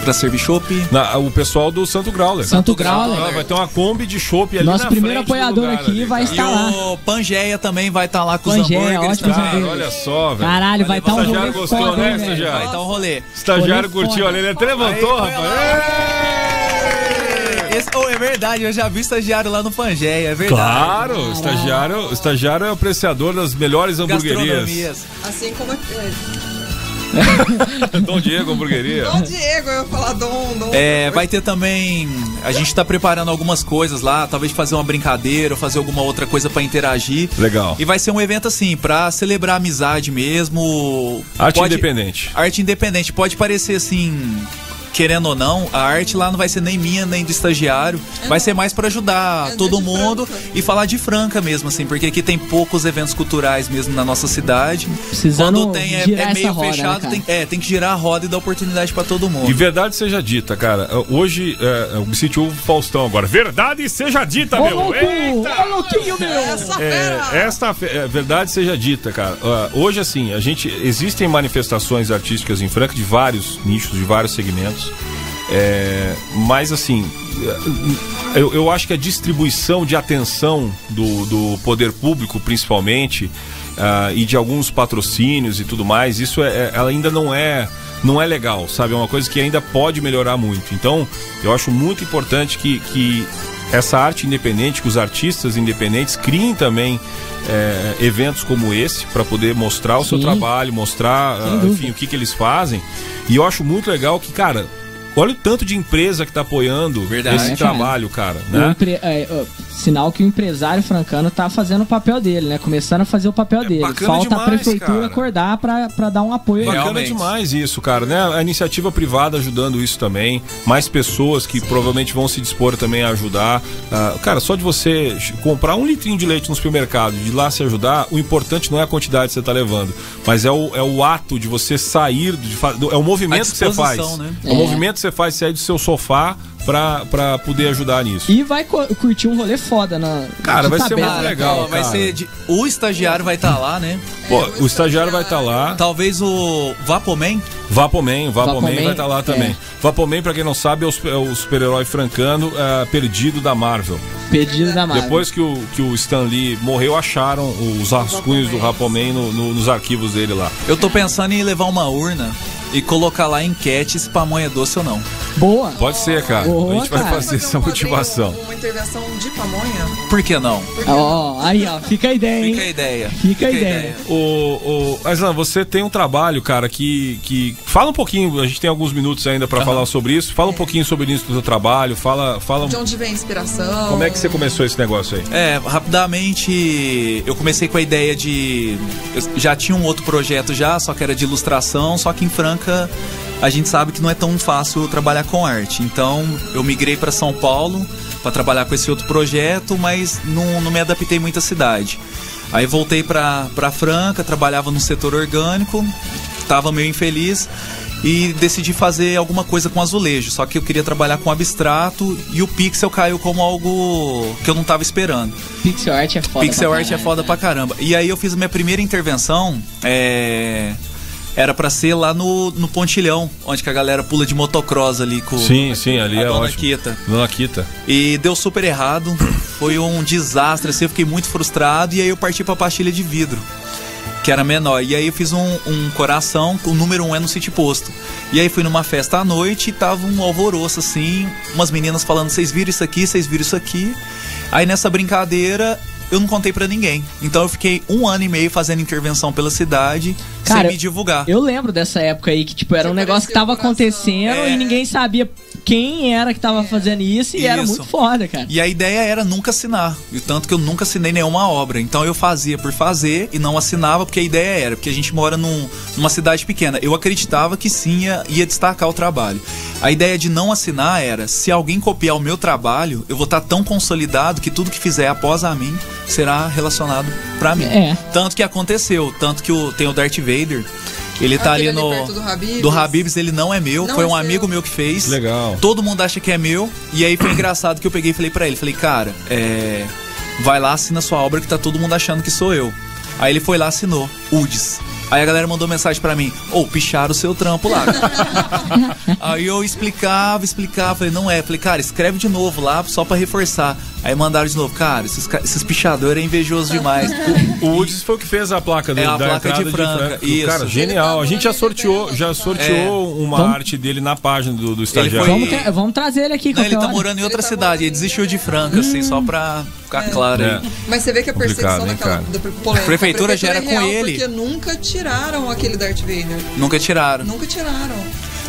S3: pra servir chopp?
S2: Na- o pessoal do Santo Grau, né?
S5: Santo Grau,
S2: Ah,
S5: né?
S2: vai ter uma Kombi de chopp ali
S5: Nosso
S2: na
S5: primeiro
S2: frente do
S5: apoiador
S2: lugar
S5: aqui
S2: ali,
S5: vai
S2: cara.
S5: estar lá.
S3: E o Pangeia também vai estar lá com
S5: Pangeia,
S3: os hambúrgueres Tá.
S5: ótimos
S3: também.
S2: Cara,
S5: hambúrgueres.
S2: olha só, velho.
S5: Caralho, vai estar um
S2: Estagiário
S5: rolê
S2: Né? gostou,
S5: foda,
S2: né,
S5: hein, velho?
S2: estagiário?
S3: Vai estar um rolê.
S2: Estagiário
S5: Rolê
S2: curtiu
S5: foda.
S2: ali, ele até levantou,
S3: Aí,
S2: rapaz. Ê!
S3: Esse, oh, é verdade, eu já vi estagiário lá no Pangeia, é verdade.
S2: Claro, o estagiário, o estagiário é apreciador das melhores hamburguerias.
S3: Gastronomias.
S4: Assim como. é,
S2: Dom Diego Hamburgueria.
S4: Dom Diego, eu ia falar Dom, Dom.
S3: É, vai ter também. A gente tá preparando algumas coisas lá, talvez fazer uma brincadeira, ou fazer alguma outra coisa pra interagir.
S2: Legal.
S3: E vai ser um evento assim, pra celebrar a amizade mesmo.
S2: Arte
S3: Pode-
S2: independente.
S3: Arte independente. Pode parecer assim. Querendo ou não, a arte lá não vai ser nem minha, nem do estagiário. Vai ser mais pra ajudar
S4: É
S3: todo
S4: de
S3: mundo
S4: Franca.
S3: e falar de Franca mesmo, assim, porque aqui tem poucos eventos culturais mesmo na nossa cidade.
S5: Precisando
S3: Quando tem é, é
S5: girar
S3: meio
S5: essa roda, né,
S3: fechado,
S5: cara?
S3: tem, é, tem que girar a roda e dar oportunidade pra todo mundo.
S2: E verdade seja dita, cara. Hoje é, eu me senti o Faustão agora. Verdade seja dita,
S5: Ô,
S2: meu.
S5: louco!
S2: Eita!
S5: Ô, louquinho, meu!
S4: Essa fera.
S2: É, esta fe- é, verdade seja dita, cara. Ah, hoje, assim, a gente. Existem manifestações artísticas em Franca de vários nichos, de vários segmentos. É, mas assim, é, eu, eu acho que a distribuição de atenção do, do poder público, principalmente, ah, e de alguns patrocínios e tudo mais, isso é, é- ela ainda não é não é legal, sabe? É uma coisa que ainda pode melhorar muito. Então, eu acho muito importante que, que essa arte independente, que os artistas independentes criem também é, eventos como esse para poder mostrar o seu
S5: Sim.
S2: trabalho, mostrar, ah, enfim, o que, que eles fazem. E eu acho muito legal que, cara, olha o tanto de empresa que tá apoiando
S3: Verdade.
S2: esse
S5: É, cara.
S2: trabalho, cara,
S5: O
S2: né?
S5: empre- é, ó, sinal que o empresário francano tá fazendo o papel dele, né? Começando a fazer o papel dele.
S2: É bacana
S5: Falta
S2: demais,
S5: a prefeitura
S2: cara.
S5: acordar pra, pra dar um apoio.
S2: Bacana
S3: Realmente.
S2: demais isso, cara, né? A iniciativa privada ajudando isso também, mais pessoas que provavelmente vão se dispor também a ajudar. Ah, cara, só de você ch- comprar um litrinho de leite no supermercado, de lá se ajudar, o importante não é a quantidade que você tá levando, mas é o, é o ato de você sair, de fa- do- é o movimento que você faz.
S3: disposição, né?
S2: É o movimento que você faz, sair do seu sofá pra, pra poder ajudar nisso.
S5: E vai co- curtir um rolê foda na.
S2: Cara,
S5: de
S2: vai ser
S5: tabela.
S2: muito legal,
S3: Ó, vai
S2: cara.
S3: ser de- o estagiário vai estar lá, né?
S2: Pô, o estagiário vai estar
S5: Ah.
S2: lá.
S3: Talvez o Vapomen.
S2: Vapoman, Vapoman
S5: Vapoman,
S2: vai estar lá
S5: é.
S2: também. Vapoman, pra quem não sabe, é o, su- é o super-herói francano é, perdido da Marvel.
S5: Pedido da Marvel.
S2: Depois que o, que o Stan Lee morreu, acharam os rascunhos do Vapoman no- no- nos arquivos dele lá.
S3: Eu tô pensando em levar uma urna e colocar lá enquete se pamonha é doce ou não.
S5: Boa.
S9: Pode ser, cara.
S5: [laughs] Boa,
S9: a gente vai
S5: cara.
S9: fazer essa
S4: um quadrinho,
S9: motivação.
S4: Uma intervenção de pamonha.
S3: Por que não?
S5: Ó, aí, ó. Fica a ideia, hein?
S3: Fica a ideia.
S5: Fica a ideia.
S9: O, o Aislan, você tem um trabalho, cara, que, que fala um pouquinho. A gente tem alguns minutos ainda pra falar sobre isso. Fala
S5: É.
S9: um pouquinho sobre o início do seu trabalho. Fala, fala. um,
S4: De onde vem a inspiração?
S9: Como é que você começou esse negócio aí?
S3: É, rapidamente eu comecei com a ideia de. Eu já tinha um outro projeto já, só que era de ilustração, só que em Franca a gente sabe que não é tão fácil trabalhar com arte. Então eu migrei para São Paulo para trabalhar com esse outro projeto, mas não, não me adaptei muito à cidade. Aí voltei para Franca, trabalhava no setor orgânico, tava meio infeliz e decidi fazer alguma coisa com azulejo. Só que eu queria trabalhar com abstrato e o pixel caiu como algo que eu não estava esperando.
S5: Pixel art é foda.
S3: pixel
S5: pra
S3: art é
S5: caralho,
S3: foda pra caramba. E aí eu fiz a minha primeira intervenção. é, Era pra ser lá no, no pontilhão, onde que a galera pula de motocross ali com
S9: Sim, sim, ali
S3: a
S9: é
S3: dona
S9: ótimo.
S3: Kita.
S9: Dona Kita.
S3: E deu super errado. [clears throat] Foi um desastre, assim, eu fiquei muito frustrado. E aí eu parti pra pastilha de vidro, que era menor. E aí eu fiz um, um coração, o número um é no City Posto. E aí fui numa festa à noite e tava um alvoroço, assim, umas meninas falando, vocês viram isso aqui, vocês viram isso aqui. Aí nessa brincadeira. Eu não contei pra ninguém. Então eu fiquei um ano e meio fazendo intervenção pela cidade
S5: Cara,
S3: sem me divulgar.
S5: Eu lembro dessa época aí que, tipo, era
S4: Que
S5: um negócio que tava
S4: apareceu o coração.
S5: acontecendo
S3: É.
S5: e ninguém sabia quem era que tava fazendo isso e era
S3: Isso.
S5: muito foda,
S4: É.
S5: cara.
S3: E a ideia era nunca assinar. E tanto que eu nunca assinei nenhuma obra. Então eu fazia por fazer e não assinava, porque a ideia era, porque a gente mora num- numa cidade pequena. Eu acreditava que sim ia, ia destacar o trabalho. A ideia de não assinar era, se alguém copiar o meu trabalho, eu vou estar tão consolidado que tudo que fizer após a mim será relacionado pra mim.
S5: É.
S3: Tanto que aconteceu, tanto que o, tem o Darth Vader. Ele tá
S4: Aquele
S3: ali no.
S4: perto do Habib's.
S3: Do Habibs, ele não é meu,
S4: Não
S3: foi
S4: é
S3: um
S4: seu.
S3: amigo meu que fez.
S9: Legal.
S3: Todo mundo acha que é meu. E aí foi engraçado que eu peguei e falei pra ele, falei, cara, é. Vai lá, assina sua obra que tá todo mundo achando que sou eu. Aí ele foi lá, assinou. Udes. Aí a galera mandou mensagem pra mim, ô, picharam o seu trampo [laughs] lá. aí eu explicava, explicava, falei, não é. Falei, cara, escreve de novo lá, só pra reforçar. Aí mandaram de novo, cara, esses, ca- esses pichadores é invejoso [laughs] demais.
S9: O Woods foi o que fez a placa do,
S3: É, a
S9: da
S3: placa de
S9: entrada
S3: Franca, isso. É.
S9: Cara, genial. A gente já sorteou, já sorteou uma
S5: Vamos-
S9: arte dele na página do, do estagiário.
S3: foi-
S5: Vamos, tra- vamos trazer ele aqui,
S3: Não,
S5: qualquer
S3: ele tá
S5: hora.
S3: morando em Hum. outra cidade, ele desistiu de Franca, assim, só pra ficar claro aí.
S9: É.
S4: Mas você vê que a percepção
S9: Complicado, hein,
S4: daquela
S9: cara?
S4: da pre- polêmica,
S3: Prefeitura gera
S4: é
S3: com
S4: real
S3: ele.
S4: Porque nunca tiraram aquele Darth Vader.
S3: Nunca tiraram.
S4: Nunca tiraram.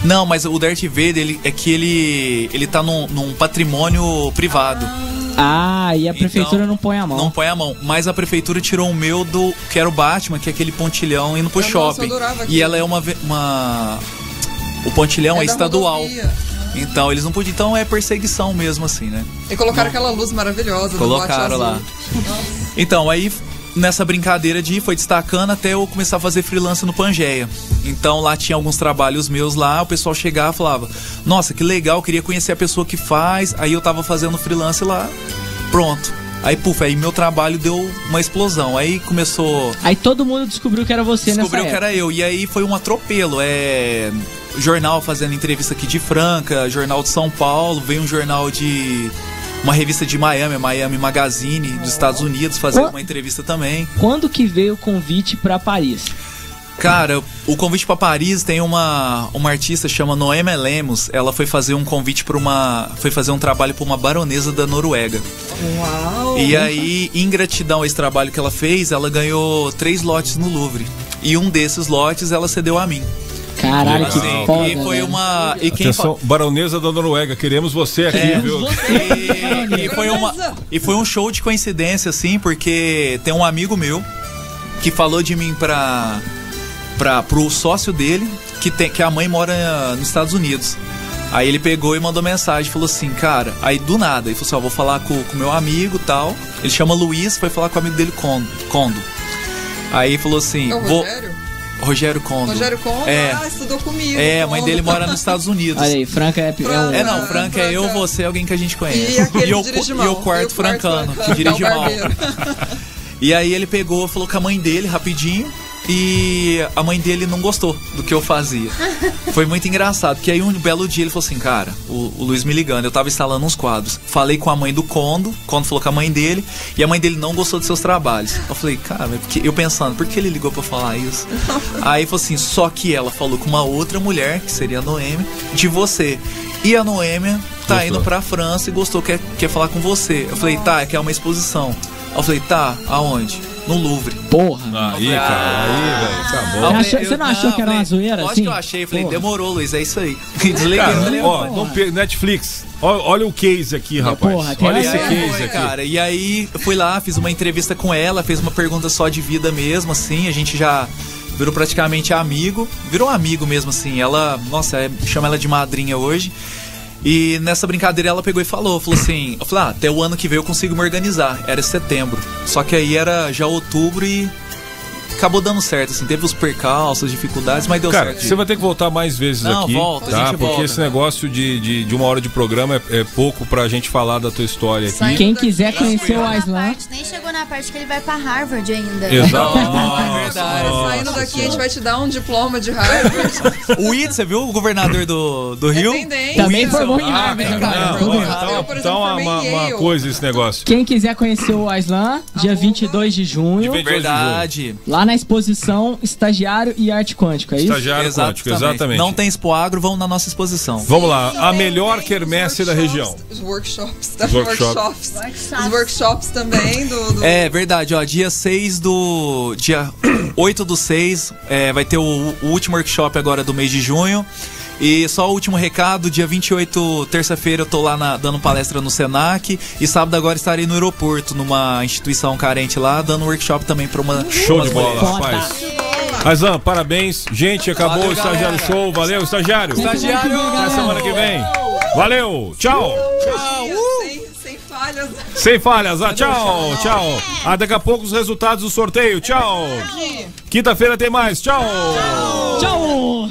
S3: Não, mas o Darth Vader ele, é que ele, ele tá num, num patrimônio privado.
S5: Ah, e a prefeitura
S3: Então,
S5: não põe a mão.
S3: Não põe a mão. Mas a prefeitura tirou o meu do. que era o Batman, que é aquele pontilhão indo pro
S4: Nossa, eu
S3: shopping.
S4: adorava aquilo.
S3: E ela é uma. ve- uma o pontilhão é,
S4: da
S3: estadual.
S4: rodovia.
S3: Então eles não podiam. Então é perseguição mesmo, assim, né?
S4: E colocaram aquela luz maravilhosa
S3: Colocaram
S4: do boate
S3: lá.
S4: azul.
S3: Então, aí nessa brincadeira de ir, foi destacando até eu começar a fazer freelance no Pangeia. Então lá tinha alguns trabalhos meus lá, o pessoal chegava e falava: "Nossa, que legal, queria conhecer a pessoa que faz". Aí eu tava fazendo freelance lá. Pronto. Aí puf, aí meu trabalho deu uma explosão. Aí começou
S5: Aí todo mundo descobriu que era você
S3: Descobriu
S5: nessa
S3: que
S5: época.
S3: era eu. E aí foi um atropelo. É. Jornal fazendo entrevista aqui de Franca, jornal de São Paulo, veio um jornal de. Uma revista de Miami, Miami Magazine, dos Estados Unidos, fazer
S5: Ó.
S3: uma entrevista também.
S5: Quando que veio o convite pra Paris?
S3: Cara, o convite pra Paris tem uma uma artista chama Noema Lemos. Ela foi fazer um convite pra uma, foi fazer um trabalho pra uma baronesa da Noruega. Uau! E aí, em gratidão a esse trabalho que ela fez, ela ganhou três lotes no Louvre. E um desses lotes ela cedeu a mim.
S5: Caralho, que
S3: Assim,
S5: foda. né?
S3: e foi
S5: velho.
S3: uma e quem
S9: Atenção, Baronesa da Noruega, queremos você aqui,
S3: É.
S9: viu?
S3: E, e foi uma, e foi um show de coincidência, assim, porque tem um amigo meu que falou de mim pra, pra, pro sócio dele, que, tem, que a mãe mora nos Estados Unidos. Aí ele pegou e mandou mensagem, falou assim, cara, aí do nada, ele falou assim, ó, vou falar com o meu amigo tal. Ele chama Luiz, foi falar com o amigo dele, Condo. Condo. Aí falou assim,
S4: É o
S3: vou.
S4: Rogério?
S3: Rogério Condo.
S4: Rogério Conde,
S3: É.
S4: ah, estudou comigo.
S3: É, a mãe
S4: Conde.
S3: dele
S4: [laughs]
S3: mora nos
S5: [laughs]
S3: Estados Unidos.
S5: Olha aí, Franca é, é um...
S3: É, não,
S4: Ah,
S3: Franca é eu,
S4: Franca.
S3: você e alguém que a gente conhece.
S4: E aquele
S3: o,
S4: que dirige
S3: e
S4: mal.
S3: o quarto francano, que dirige
S4: é o
S3: [laughs] mal.
S4: barbeiro.
S3: E aí ele pegou, falou com a mãe dele rapidinho. E a mãe dele não gostou do que eu fazia. Foi muito engraçado. Que aí um belo dia ele falou assim: Cara, o, o Luiz me ligando, eu tava instalando uns quadros. Falei com a mãe do Condo, Condo falou com a mãe dele, e a mãe dele não gostou dos seus trabalhos. Eu falei, cara, mas por que-" eu pensando, por que ele ligou pra falar isso? aí falou assim: só que ela falou com uma outra mulher, que seria a Noêmia, de você. E a Noêmia tá indo pra França e gostou, quer, quer falar com você. Eu falei, tá, é que é uma exposição. Aí Eu falei, tá, aonde? No Louvre.
S5: Porra.
S9: Aí, cara, aí, velho, tá bom.
S5: Você
S3: Aí
S5: achou-
S3: eu-
S5: você não achou que era uma
S3: falei,
S5: zoeira,
S3: Lógico
S5: assim?
S3: que eu achei. Falei,
S5: Porra.
S3: demorou, Luiz, é isso aí. [laughs] E Desliguei.
S9: Cara,
S3: falei,
S9: ó,
S3: "Pô,
S9: não per- Netflix, ó- olha o case aqui, rapaz.
S5: porra, tem
S9: olha
S5: essa
S9: esse
S5: aí.
S9: case
S3: foi,
S9: aqui.
S3: é cara. E aí, eu fui lá, fiz uma entrevista com ela, fez uma pergunta só de vida mesmo, assim. A gente já virou praticamente amigo. Virou amigo mesmo, assim. Ela, nossa, é, chama ela de madrinha hoje. E nessa brincadeira ela pegou e falou, falou assim, eu falei, ah, até o ano que vem eu consigo me organizar. Era setembro. Só que aí era já outubro e acabou dando certo, assim, teve os percalços, dificuldades, mas deu
S9: Cara,
S3: certo. [laughs]
S2: Você vai ter que voltar mais vezes
S3: Não,
S2: aqui.
S3: volta, a
S2: tá?
S3: gente
S2: Porque
S3: volta.
S2: esse negócio de, de, de uma hora de programa é, é pouco pra gente falar da tua história aqui.
S5: Quem quiser conhecer o
S7: Na
S5: Aislan,
S7: parte- nem chegou na parte que ele vai pra Harvard
S3: [laughs]
S7: ainda.
S2: Exato.
S3: Nossa, É verdade.
S4: Tá, Saindo daqui, a gente vai te dar um diploma
S2: [laughs]
S4: de Harvard.
S3: O Itzel, você viu o governador do, do Rio?
S4: Tendência.
S5: também formou em
S2: Ah,
S5: Harvard,
S2: cara,
S5: cara.
S2: não,
S5: Tudo
S2: olha,
S5: errado.
S2: tá,
S4: Eu, por exemplo,
S2: tá uma,
S4: também
S2: uma- uma
S4: eu.
S2: coisa esse negócio.
S5: Quem quiser conhecer o Aislan, dia 22 de junho,
S2: Dia 22 de
S3: Verdade.
S5: lá na exposição Estagiário e Arte Quântico, é isso?
S2: Estagiário
S3: Exatamente.
S2: quântico, exatamente.
S3: Não tem expoagro, vão na nossa exposição.
S2: Vamos lá, a
S4: Também
S2: melhor
S4: tem
S2: quermesse
S4: os
S2: da
S4: workshops-
S2: região.
S4: Os workshops, [laughs] tá?
S2: Workshop.
S4: workshops. Os workshops também do. do-
S3: É verdade, ó. Dia 6 do. Dia [clears throat] 8 do 6 é, vai ter o, o último workshop agora do mês de junho. E só o último recado: dia 28, terça-feira, eu tô lá na- dando palestra no SENAC. E sábado agora estarei no aeroporto, numa instituição carente lá, dando workshop também pra uma.
S2: Show
S3: umas
S2: de bola,
S3: mulheres.
S2: rapaz. Aizan, parabéns. Gente, acabou
S3: Valeu,
S2: o estagiário
S3: galera.
S2: show. Valeu, estagiário.
S3: Estagiário!
S2: Até semana que vem. Valeu, tchau.
S3: Ah, uh!
S4: sem, sem falhas.
S2: Sem falhas, ah, tchau, tchau. Ah, daqui a pouco os resultados do sorteio, tchau. Quinta-feira tem mais, tchau.
S5: Tchau!